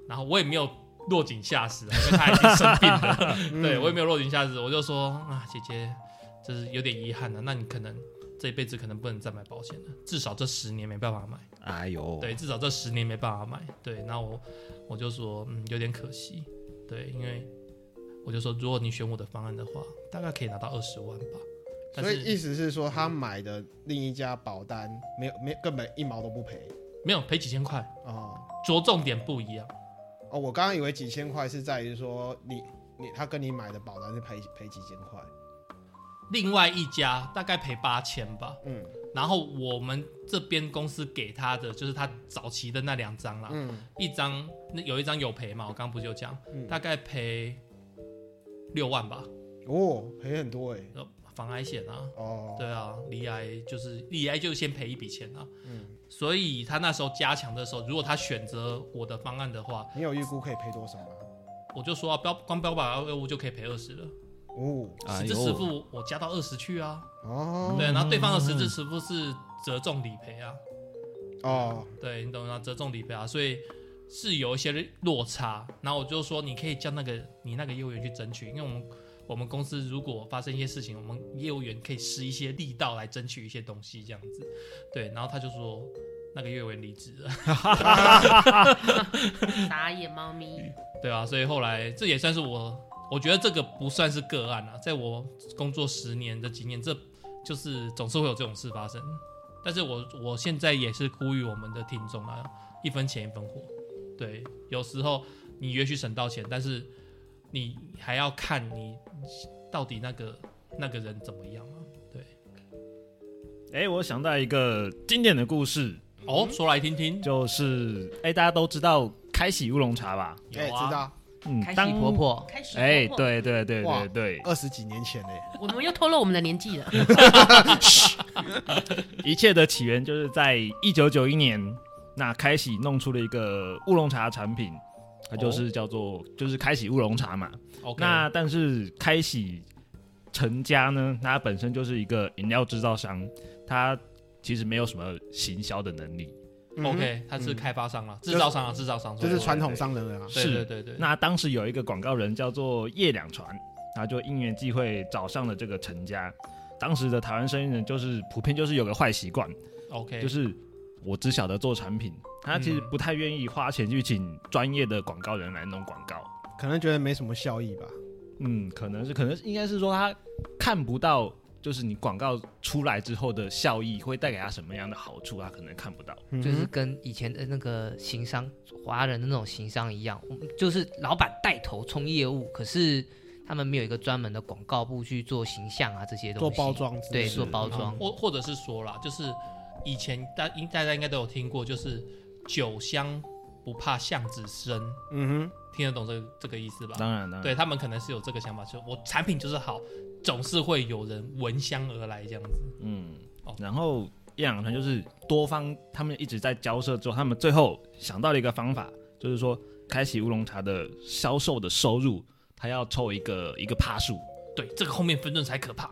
Speaker 2: 然后我也没有落井下石啊，因为他已经生病了，
Speaker 1: 嗯
Speaker 2: 对我也没有落井下石，我就说啊，姐姐，这是有点遗憾的、那你可能这一辈子可能不能再买保险了，至少这十年没办法买。
Speaker 3: 哎呦，
Speaker 2: 对，至少这十年没办法买。对，那我我就说，嗯，有点可惜。对，因为我就说，如果你选我的方案的话，大概可以拿到二十万吧。但
Speaker 1: 所以意思
Speaker 2: 是
Speaker 1: 是说他买的另一家保单没有没根本一毛都不赔
Speaker 2: 没有赔几千块，
Speaker 1: 哦
Speaker 2: 着重点不一样。
Speaker 1: 哦，我刚刚以为几千块是在于说你你他跟你买的保单是赔赔几千块，
Speaker 2: 另外一家大概赔八千吧，
Speaker 1: 嗯
Speaker 2: 然后我们这边公司给他的就是他早期的那两张啦，
Speaker 1: 嗯
Speaker 2: 一张那有一张有赔嘛，我刚刚不是有讲，
Speaker 1: 嗯，
Speaker 2: 大概赔六万吧，
Speaker 1: 哦赔很多哎、
Speaker 2: 呃防癌险啊，
Speaker 1: 哦，
Speaker 2: 对啊，离癌就是离癌就先赔一笔钱啊，
Speaker 1: 嗯，
Speaker 2: 所以他那时候加强的时候，如果他选择我的方案的话，
Speaker 1: 你有预估可以赔多少吗？
Speaker 2: 我就说啊，标光标靶业务就可以赔二十了，
Speaker 1: 哦
Speaker 2: 实
Speaker 3: 哎
Speaker 2: 支实
Speaker 3: 呦，
Speaker 2: 付我加到二十去啊，
Speaker 1: 哦
Speaker 2: 对，然后对方的实支实付是折中理赔啊，
Speaker 1: 哦，
Speaker 2: 对你懂吗？折中理赔啊，所以是有一些落差。然后我就说，你可以叫那个你那个业务员去争取，因为我们我们公司如果发生一些事情，我们业务员可以施一些力道来争取一些东西，这样子。对，然后他就说那个业务员离职了，
Speaker 4: 打野猫咪，
Speaker 2: 对啊，所以后来这也算是我，我觉得这个不算是个案啊，在我工作十年的经验，这就是总是会有这种事发生。但是我我现在也是呼吁我们的听众啊，一分钱一分货。对，有时候你也许省到钱，但是你还要看你到底那个那个人怎么样啊。
Speaker 3: 哎，我想到一个经典的故事，
Speaker 1: 嗯
Speaker 2: 哦，说来听听。
Speaker 3: 就是哎，大家都知道开禧乌龙茶吧？
Speaker 2: 有
Speaker 1: 哎、
Speaker 2: 啊，
Speaker 1: 知道，
Speaker 3: 嗯
Speaker 5: 开
Speaker 3: 当
Speaker 5: 心婆婆，
Speaker 4: 开始，
Speaker 3: 哎，，对对对
Speaker 1: 哇
Speaker 3: 对对，
Speaker 1: 二十几年前欸嘞，
Speaker 4: 我们又透露我们的年 纪了。
Speaker 3: 一切的起源就是在一九九一年，那开喜弄出了一个乌龙茶产品，它就是叫做、就是开喜乌龙茶嘛。
Speaker 2: 哦 OK，
Speaker 3: 那但是开喜陈家呢，它本身就是一个饮料制造商，它其实没有什么行销的能力。
Speaker 2: 嗯 OK，他是开发商了，制造商啊，制造商，
Speaker 1: 嗯就是
Speaker 2: 对
Speaker 1: 传统商人了啊。
Speaker 2: 对
Speaker 3: 是
Speaker 2: 对对对，
Speaker 3: 那当时有一个广告人叫做叶两传，他就因缘际会找上了这个陈家。当时的台湾生意人就是普遍就是有个坏习惯，
Speaker 2: OK
Speaker 3: 就是我只晓得做产品，他其实
Speaker 2: 嗯
Speaker 3: 不太愿意花钱去请专业的广告人来弄广告。
Speaker 1: 可能觉得没什么效益吧。
Speaker 3: 嗯，可能是，可能是应该是说他看不到，就是你广告出来之后的效益会带给他什么样的好处，他可能看不到。
Speaker 1: 嗯
Speaker 5: 就是跟以前的那个行商华人的那种行商一样，我们就是老板带头冲业务，可是他们没有一个专门的广告部去做形象啊这些东
Speaker 1: 做
Speaker 5: 西，
Speaker 1: 包，装嗯之类
Speaker 5: 对，
Speaker 1: 的，
Speaker 5: 做包
Speaker 3: 嗯
Speaker 5: 装，
Speaker 2: 或或者是说啦，就是以前大应大家应该都有听过，就是酒香不怕巷子深，
Speaker 1: 嗯
Speaker 2: 听得懂这这个意思吧？
Speaker 3: 当然，当然，
Speaker 2: 对他们可能是有这个想法，就我产品就是好，总是会有人闻香而来这样子。
Speaker 3: 嗯
Speaker 2: 哦，
Speaker 3: 然后叶两团就是多方他们一直在交涉之后，他们最后想到了一个方法，就是说开启乌龙茶的销售的收入，他要抽一个一个趴数。
Speaker 2: 对，这个后面分论才可怕。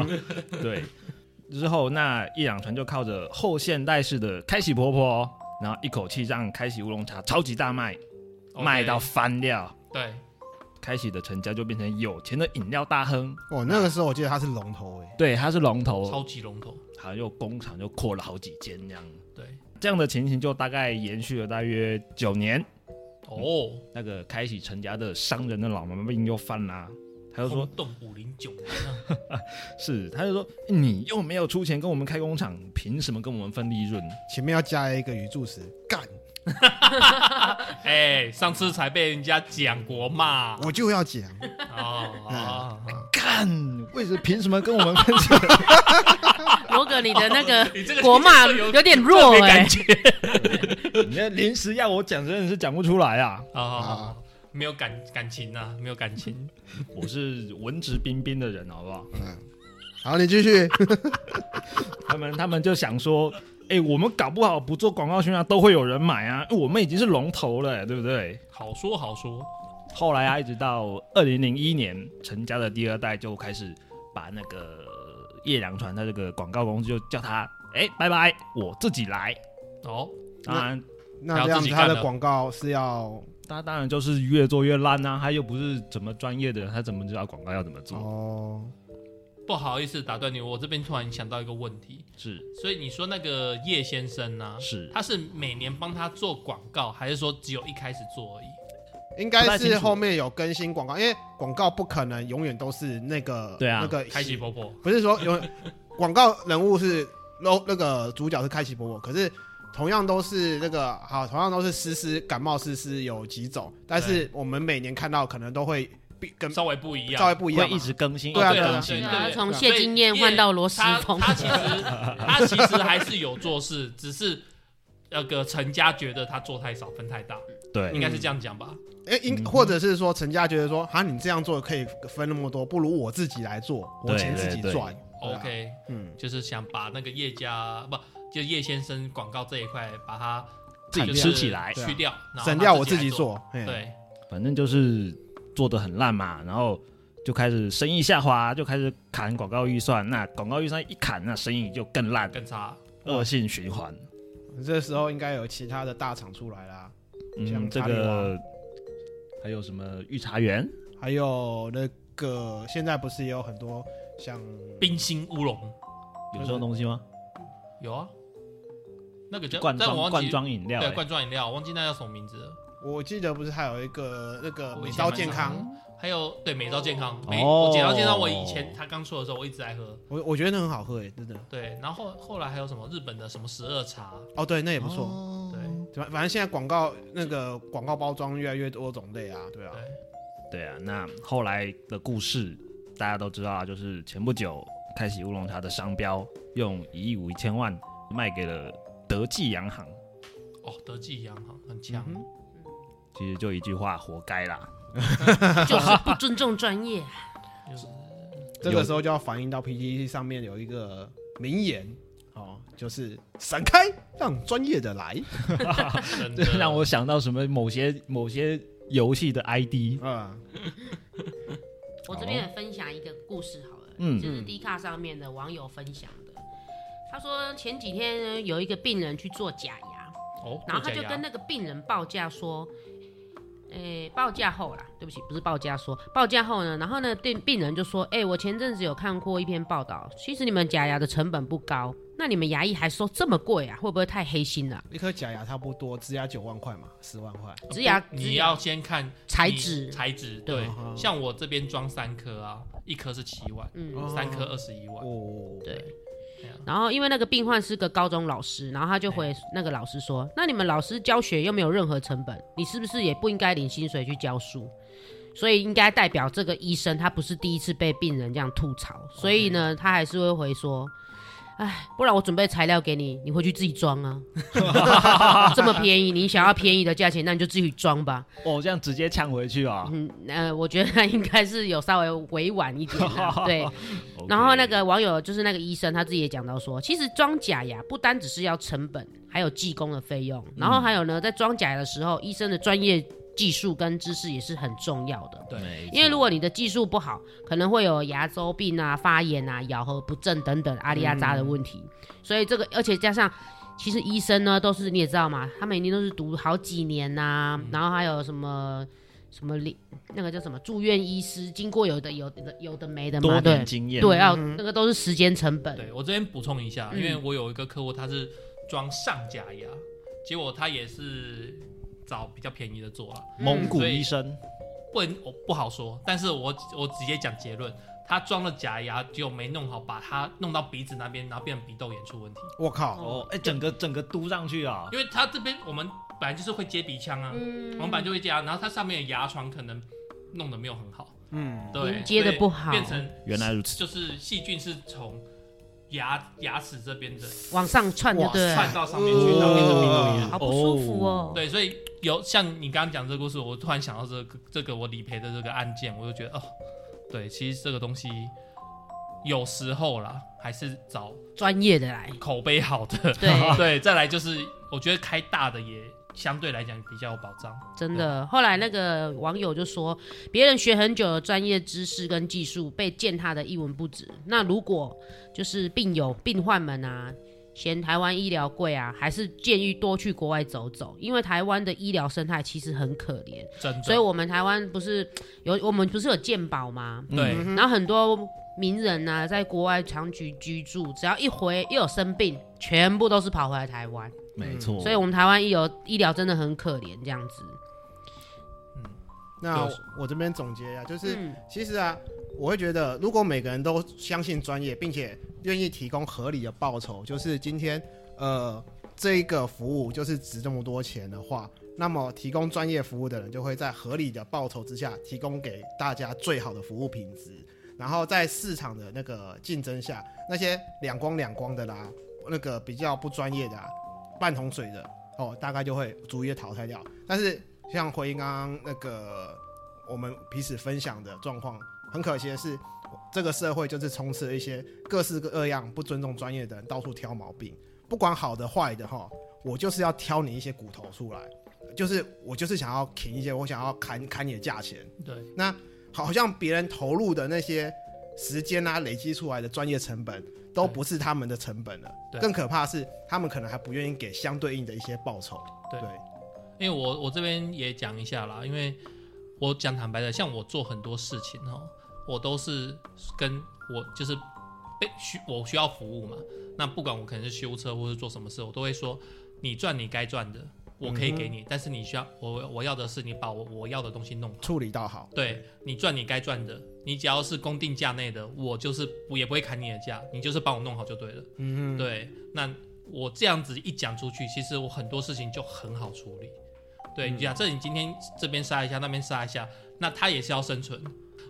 Speaker 3: 对，之后那叶两团就靠着后现代式的开喜婆婆，然后一口气让开喜乌龙茶超级大卖，
Speaker 2: OK，
Speaker 3: 卖到翻掉。
Speaker 2: 对，
Speaker 3: 开喜的陈家就变成有钱的饮料大亨，
Speaker 1: 哼，哇，哦那个时候我记得他是龙头哎、
Speaker 3: 对，他是龙头，
Speaker 2: 超级龙头。
Speaker 3: 好像又工厂又扩了好几间这样。
Speaker 2: 对，
Speaker 3: 这样的情形就大概延续了大约九年。
Speaker 2: 哦，
Speaker 3: 那个开启陈家的商人的老毛病又犯啦、他就说
Speaker 2: 轰动五零九，
Speaker 3: 是，他就说你又没有出钱跟我们开工厂，凭什么跟我们分利润？
Speaker 1: 前面要加一个语助词，干，
Speaker 2: 哎，上次才被人家讲过
Speaker 3: 啊
Speaker 2: 嘛。
Speaker 1: 我就要讲， 哎
Speaker 2: 哦，哦
Speaker 3: 干，嗯为什么凭什么跟我们分利润？
Speaker 4: 罗哥，你的那个
Speaker 2: 哦你这个
Speaker 4: 国骂
Speaker 2: 这个有
Speaker 4: 有点弱
Speaker 2: 特别
Speaker 4: 哎、
Speaker 2: 感觉。
Speaker 3: 你这临时要我讲，真的是讲不出来啊！
Speaker 2: 啊、哦，没有感感情呐、啊，没有感情。
Speaker 3: 我是文质彬彬的人，好不好？
Speaker 1: 嗯，好，你继 续，
Speaker 3: 他们他们就想说，哎、我们搞不好不做广告宣传都会有人买啊，我们已经是龙头了，对不对？
Speaker 2: 好说好说，
Speaker 3: 后来啊，一直到二零零一年，陈家的第二代就开始把那个叶良传的这个广告公司就叫他，哎、拜拜，我自己来。
Speaker 2: 哦，
Speaker 3: 当然，
Speaker 1: 那这样子他的广告是要
Speaker 3: 他当然就是越做越烂啊，他又不是怎么专业的人，他怎么知道广告要怎么做？
Speaker 1: 哦，
Speaker 2: 不好意思打断你，我这边突然想到一个问题，
Speaker 3: 是
Speaker 2: 所以你说那个叶先生
Speaker 1: 啊
Speaker 2: 呢、
Speaker 3: 是，
Speaker 2: 他是每年帮他做广告，还是说只有一开始做而已？
Speaker 1: 应
Speaker 3: 不
Speaker 1: 该
Speaker 3: 太清
Speaker 1: 是
Speaker 3: 楚
Speaker 1: 后面有更新广告，因为广告不可能永远都是那个
Speaker 3: 对啊
Speaker 1: 那个
Speaker 2: 开启婆婆
Speaker 1: 不是说有广告人物是 no 那个主角是开启伯伯，可是同样都是那个好，同样都是思思感冒思思有几种，但是我们每年看到可能都会比跟
Speaker 2: 稍微不一样，哦
Speaker 1: 稍微不一
Speaker 3: 会
Speaker 1: 样嘛，
Speaker 3: 一直更新，
Speaker 1: 对啊
Speaker 3: 一直
Speaker 1: 对啊
Speaker 3: 更新
Speaker 2: 对啊
Speaker 4: 他
Speaker 2: 对
Speaker 4: 从
Speaker 1: 对
Speaker 4: 谢金燕换到罗斯
Speaker 2: 他
Speaker 4: 峰，
Speaker 2: 他其实他其实还是有做事，只是那个陈家觉得他做太少，分太大，
Speaker 1: 嗯
Speaker 3: 对
Speaker 2: 应该是这样讲吧？
Speaker 1: 哎，应
Speaker 3: 嗯
Speaker 1: 或者是说陈家觉得说，啊，你这样做可以分那么多，不如我自己来做，我
Speaker 3: 对
Speaker 1: 钱自
Speaker 3: 对
Speaker 1: 己
Speaker 3: 对
Speaker 1: 赚。对啊
Speaker 2: OK，
Speaker 1: 嗯，
Speaker 2: 就是想把那个叶家不就叶先生广告这一块把它
Speaker 3: 自己
Speaker 2: 就是
Speaker 3: 吃起来，
Speaker 2: 去掉，然后
Speaker 1: 省掉
Speaker 2: 他
Speaker 1: 我自己
Speaker 2: 来做。
Speaker 1: 做。嘿，
Speaker 2: 对，
Speaker 3: 反正就是做的很烂嘛，然后就开始生意下滑，就开始砍广告预算。那广告预算一砍，那生意就更烂，
Speaker 2: 更差。
Speaker 3: 恶性循环。
Speaker 1: 这时候应该有其他的大厂出来啦，像
Speaker 3: 嗯，这
Speaker 1: 查理
Speaker 3: 个还有什么御茶园？
Speaker 1: 还有那个现在不是也有很多像
Speaker 2: 冰心乌龙
Speaker 3: 有这种东西吗？
Speaker 2: 有啊，那个叫
Speaker 3: 罐
Speaker 2: 但我
Speaker 3: 装
Speaker 2: 忘
Speaker 3: 罐
Speaker 2: 记
Speaker 3: 装饮料、
Speaker 2: 对
Speaker 3: 欸
Speaker 2: 罐装饮料，我忘记那叫什么名字了。
Speaker 1: 我记得不是还有一个那个
Speaker 2: 我
Speaker 1: 美
Speaker 2: 以前
Speaker 1: 招
Speaker 2: 蛮
Speaker 1: 健
Speaker 2: 常
Speaker 1: 康，
Speaker 2: 还有对美招健康，美
Speaker 3: 哦
Speaker 2: 我美招健康，我以前他刚出的时候我一直在喝。
Speaker 1: 我我觉得那很好喝诶，真的。
Speaker 2: 对，然后后后来还有什么日本的什么十二茶，
Speaker 1: 哦，对，那也不错。
Speaker 3: 哦
Speaker 2: 对
Speaker 1: 对吧反正现在广告那个广告包装越来越多种类啊，对啊，
Speaker 2: 对，
Speaker 3: 对啊，那后来的故事大家都知道啊，就是前不久开启乌龙茶的商标用一亿五千万卖给了德记洋行。
Speaker 2: 哦，德记洋行很强
Speaker 1: 嗯，
Speaker 3: 其实就一句话，活该啦。
Speaker 4: 就是不尊重专 业。
Speaker 1: 这个时候就要反映到 PPT 上面有一个名言哦，就是闪开，让专业的来。
Speaker 2: 真
Speaker 3: 这
Speaker 2: 的
Speaker 3: 让我想到什么某些某些游戏的 ID，
Speaker 1: 嗯，
Speaker 4: 我这边也分享一个故事好了，
Speaker 3: 嗯
Speaker 4: 就是 D 卡上面的网友分享的。他说前几天有一个病人去做假牙，
Speaker 2: 哦，
Speaker 4: 然后他就
Speaker 2: 作假呀
Speaker 4: 跟那个病人报价说，诶、报价后啦，对不起，不是报价说，报价后呢，然后呢，病病人就说，诶、我前阵子有看过一篇报道，其实你们假牙的成本不高，那你们牙医还收这么贵啊，会不会太黑心了、
Speaker 1: 一颗假牙差不多，植牙九万块嘛，十万块。
Speaker 4: 植牙
Speaker 2: 不
Speaker 4: 植
Speaker 2: 哦你
Speaker 4: 牙
Speaker 2: 要先看
Speaker 4: 材
Speaker 2: 你
Speaker 4: 质，
Speaker 2: 材质
Speaker 4: 对
Speaker 2: 对，像我这边装三颗啊，一颗是七万，
Speaker 4: 嗯
Speaker 1: 哦，
Speaker 2: 三颗二十一万，
Speaker 1: 哦，
Speaker 4: 对。
Speaker 2: 对啊
Speaker 4: 然后因为那个病患是个高中老师，然后他就回那个老师说：“那你们老师教学又没有任何成本，你是不是也不应该领薪水去教书？所以应该代表这个医生他不是第一次被病人这样吐槽，所以呢，他还是会回说。”哎，不然我准备材料给你，你回去自己装啊。这么便宜，你想要便宜的价钱，那你就自己装吧。
Speaker 3: 哦，这样直接呛回去啊。
Speaker 4: 嗯，呃，我觉得他应该是有稍微委婉一点啦，对。
Speaker 3: OK
Speaker 4: 然后那个网友就是那个医生，他自己也讲到说，其实装假牙不单只是要成本，还有技工的费用，然后还有呢，在装假牙的时候，医生的专业技术跟知识也是很重要的。
Speaker 2: 对
Speaker 3: 没错
Speaker 4: 因为如果你的技术不好，可能会有牙周病啊、发炎啊、咬合不正等等阿里阿扎的问题。
Speaker 3: 嗯
Speaker 4: 所以这个，而且加上，其实医生呢都是你也知道嘛，他们一定都是读好几年呐、
Speaker 3: 嗯
Speaker 4: 然后还有什么什么里那个叫什么住院医师，经过有的有的有的没的嘛，
Speaker 3: 多
Speaker 4: 对
Speaker 3: 年经验，
Speaker 4: 对，要那个都是时间成本。
Speaker 2: 对我这边补充一下，
Speaker 4: 嗯
Speaker 2: 因为我有一个客户他是装上假牙，结果他也是找比较便宜的做了，
Speaker 3: 蒙古医
Speaker 4: 嗯
Speaker 3: 生
Speaker 2: 不能我不好说，但是我我直接讲结论，他装了假牙就没弄好，把它弄到鼻子那边，然后变成鼻窦炎出问题，
Speaker 1: 我靠，
Speaker 3: 哦，哎，整个整个嘟上去啊，
Speaker 2: 因为他这边我们本来就是会接鼻腔啊，
Speaker 4: 嗯
Speaker 2: 我们本来就会接啊，然后它上面的牙床可能弄得没有很好，
Speaker 1: 嗯，
Speaker 2: 对，
Speaker 4: 连接得
Speaker 2: 所以
Speaker 4: 不好
Speaker 2: 变成
Speaker 3: 原来如此，
Speaker 2: 就是细菌是从牙牙齿这边的
Speaker 4: 往上窜就对了，
Speaker 2: 窜到上面去，到变成鼻窦炎。
Speaker 4: 好不舒服哦。
Speaker 2: 对，所以有像你刚刚讲这个故事，我突然想到这个这个我理赔的这个案件，我就觉得哦，对，其实这个东西有时候啦，还是找
Speaker 4: 专业的来，
Speaker 2: 口碑好的。
Speaker 4: 对
Speaker 2: 对，再来就是我觉得开大的也相对来讲比较有保障。
Speaker 4: 真的。后来那个网友就说，别人学很久的专业知识跟技术被践踏的一文不值。那如果就是病友、病患们啊，嫌台湾医疗贵啊，还是建议多去国外走走，因为台湾的医疗生态其实很可怜。
Speaker 2: 真的，
Speaker 4: 所以我们台湾不是有我们不是有健保吗？
Speaker 2: 对，
Speaker 1: 嗯
Speaker 4: 然后很多名人呐、在国外长期居住，只要一回又有生病，全部都是跑回来台湾。
Speaker 3: 没
Speaker 1: 哦
Speaker 3: 错，
Speaker 4: 嗯所以，我们台湾医疗医疗真的很可怜，这样子。
Speaker 1: 那
Speaker 2: 就是
Speaker 1: 我这边总结一下，就是
Speaker 4: 嗯，
Speaker 1: 其实啊，我会觉得，如果每个人都相信专业，并且愿意提供合理的报酬，就是今天呃这一个服务就是值这么多钱的话，那么提供专业服务的人就会在合理的报酬之下，提供给大家最好的服务品质。然后在市场的那个竞争下，那些两光两光的啦，那个比较不专业的、啊、半桶水的哦，大概就会逐一地淘汰掉。但是像回应刚刚那个我们彼此分享的状况，很可惜的是，这个社会就是充斥了一些各式各样不尊重专业的人，到处挑毛病，不管好的坏的哈，我就是要挑你一些骨头出来，就是我就是想要砍一些，我想要砍砍你的价钱。
Speaker 2: 对，
Speaker 1: 那好像别人投入的那些时间啊，累积出来的专业成本，都不是他们的成本了。
Speaker 2: 对
Speaker 1: 更可怕的是，他们可能还不愿意给相对应的一些报酬。
Speaker 2: 对
Speaker 1: 对，
Speaker 2: 因为我我这边也讲一下啦，因为我讲坦白的，像我做很多事情哦，我都是跟我就是被需我需要服务嘛，那不管我可能是修车或是做什么事，我都会说你赚你该赚的，我可以给你，但是你需要我我要的是你把我我要的东西弄好。
Speaker 1: 处理到好。
Speaker 2: 对你赚你该赚的，你只要是公定价内的，我就是我也不会砍你的价，你就是帮我弄好就对了。嗯，对，那我这样子一讲出去，其实我很多事情就很好处理。对，
Speaker 1: 嗯
Speaker 2: 假设你今天这边杀一下，那边杀一下，那他也是要生存。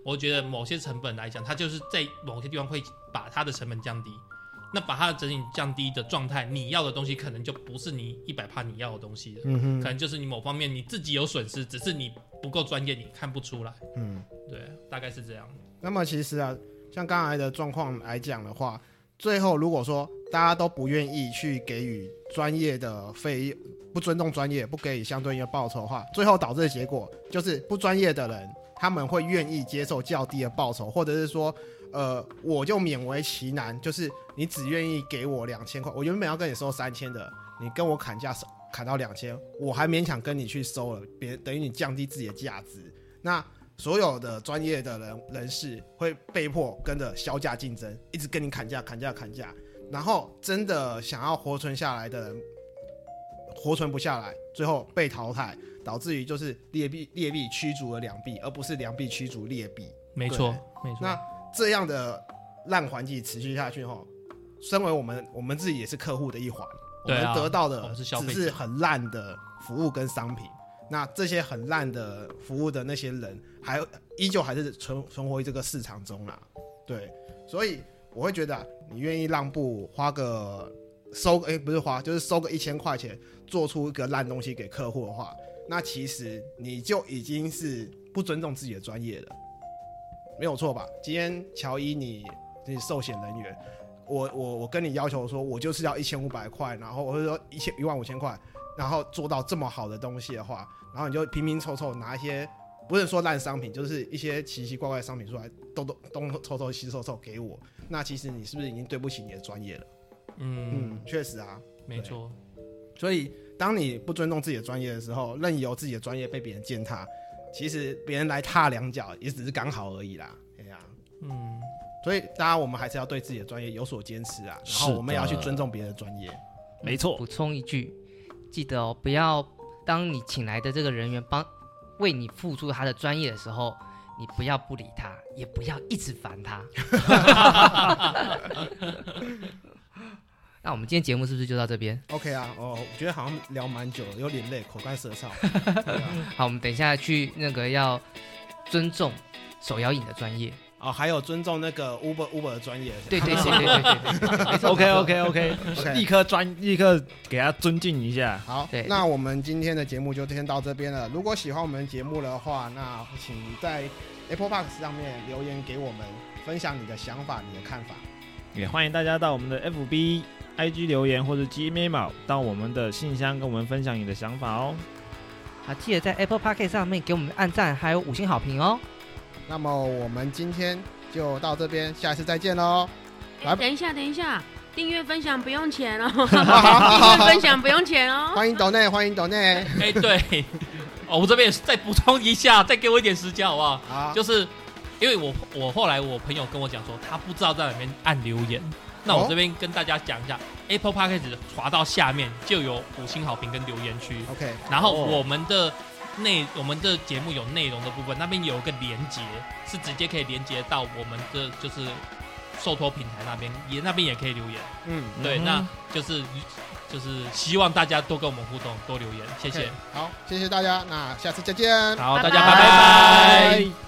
Speaker 2: 我觉得某些成本来讲，他就是在某些地方会把他的成本降低，那把它的整体降低的状态，你要的东西可能就不是你一百帕你要的东西了，
Speaker 1: 嗯
Speaker 2: 可
Speaker 1: 哼，
Speaker 2: 能就是你某方面你自己有损失，只是你不够专业，你看不出来。
Speaker 1: 嗯。
Speaker 2: 对，大概是这样。
Speaker 1: 那么其实啊，像刚才的状况来讲的话，最后如果说大家都不愿意去给予专业的费用，不尊重专业，不给予相对应的报酬的话，最后导致的结果就是不专业的人他们会愿意接受较低的报酬，或者是说。呃，我就勉为其难，就是你只愿意给我两千块，我原本要跟你收三千的，你跟我砍价砍到两千，我还勉强跟你去收了，别等于你降低自己的价值。那所有的专业的人人士会被迫跟着销价竞争，一直跟你砍价、砍价、砍价，然后真的想要活存下来的人，活存不下来，最后被淘汰，导致于就是劣币劣币驱逐了良币，而不是良币驱逐劣币。
Speaker 2: 没
Speaker 1: 错，
Speaker 2: 没
Speaker 1: 那这样的烂环境持续下去后，身为我们我们自己也是客户的一环，我
Speaker 2: 对
Speaker 1: 们
Speaker 2: 啊
Speaker 1: 得到
Speaker 2: 我
Speaker 1: 的
Speaker 2: 们是
Speaker 1: 只
Speaker 2: 消费者
Speaker 1: 是很烂的服务跟商品。那这些很烂的服务的那些人，还依旧还是存存活于这个市场中啦。对，所以我会觉得啊、你愿意让步，花个收哎、不是花，就是收个一千块钱，做出一个烂东西给客户的话，那其实你就已经是不尊重自己的专业了，没有错吧？今天乔伊你你寿险人员，我我我跟你要求说，我就是要一千五百块，然后我就说一千一万五千块，然后做到这么好的东西的话，然后你就拼拼凑凑拿一些。不是说烂商品，就是一些奇奇怪怪的商品出来，东东东凑凑西凑凑给我，那其实你是不是已经对不起你的专业了？
Speaker 2: 嗯，
Speaker 1: 嗯，确实啊，
Speaker 2: 没错，
Speaker 1: 所以，当你不尊重自己的专业的时候，任由自己的专业被别人践踏，其实别人来踏两脚也只是刚好而已啦。哎呀、
Speaker 2: 嗯，
Speaker 1: 所以大家我们还是要对自己的专业有所坚持啊，然
Speaker 3: 是
Speaker 1: 后
Speaker 3: 的
Speaker 1: 我们也要去尊重别人的专业。
Speaker 3: 没错，
Speaker 5: 补充一句，记得哦，不要当你请来的这个人员帮为你付出他的专业的时候，你不要不理他，也不要一直烦他。 那我们今天节目是不是就到这边？
Speaker 1: OK 啊，哦，我觉得好像聊蛮久了，有点累，口干舌燥。对啊
Speaker 5: 好，我们等一下去那个要尊重手摇饮的专业。
Speaker 1: 哦，还有尊重那个 Uber Uber 的专业。
Speaker 5: 对对对对对对对对没 错
Speaker 3: OK
Speaker 5: 没错
Speaker 3: OK OK，
Speaker 1: OK
Speaker 3: 立刻专立刻给他尊敬一下。
Speaker 1: 好
Speaker 5: 对，
Speaker 1: 那我们今天的节目就先到这边了。如果喜欢我们节目的话，那请在 Apple Park 上面留言给我们，分享你的想法、你的看法。
Speaker 3: 也欢迎大家到我们的 FB、IG 留言或者 Gmail 到我们的信箱跟我们分享你的想法哦。
Speaker 5: 好，记得在 Apple p o c k e t 上面给我们按赞，还有五星好评哦。
Speaker 1: 那么我们今天就到这边，下一次再见 喽。
Speaker 4: 哎
Speaker 1: 来
Speaker 4: 等一下，等一下，订阅分享不用钱 哦，
Speaker 1: 好好好好
Speaker 4: 订阅
Speaker 1: 好
Speaker 4: 分享不用钱哦。
Speaker 1: 欢迎抖内，欢迎抖内。
Speaker 2: 哎、对， 哦，我这边也是再补充一下，再给我一点时间好不好？
Speaker 1: 好，
Speaker 2: 就是因为我我后来我朋友跟我讲说，他不知道在里面按留言。那我
Speaker 1: 哦
Speaker 2: 这边跟大家讲一下、a p p l e Podcast 滑到下面就有五星好评跟留言区，
Speaker 1: OK，
Speaker 2: 然后
Speaker 3: 哦
Speaker 2: 我们的内我们的节目有内容的部分，那边有一个连接，是直接可以连接到我们的就是受托平台那边，也那边也可以留言。
Speaker 1: 嗯，
Speaker 2: 对，
Speaker 3: 嗯
Speaker 2: 那就是就是希望大家多跟我们互动，多留言，谢谢。
Speaker 1: OK，好，谢谢大家，那下次再见。
Speaker 2: 好，大
Speaker 4: 拜
Speaker 2: 家
Speaker 4: 拜
Speaker 2: 拜拜。
Speaker 3: 拜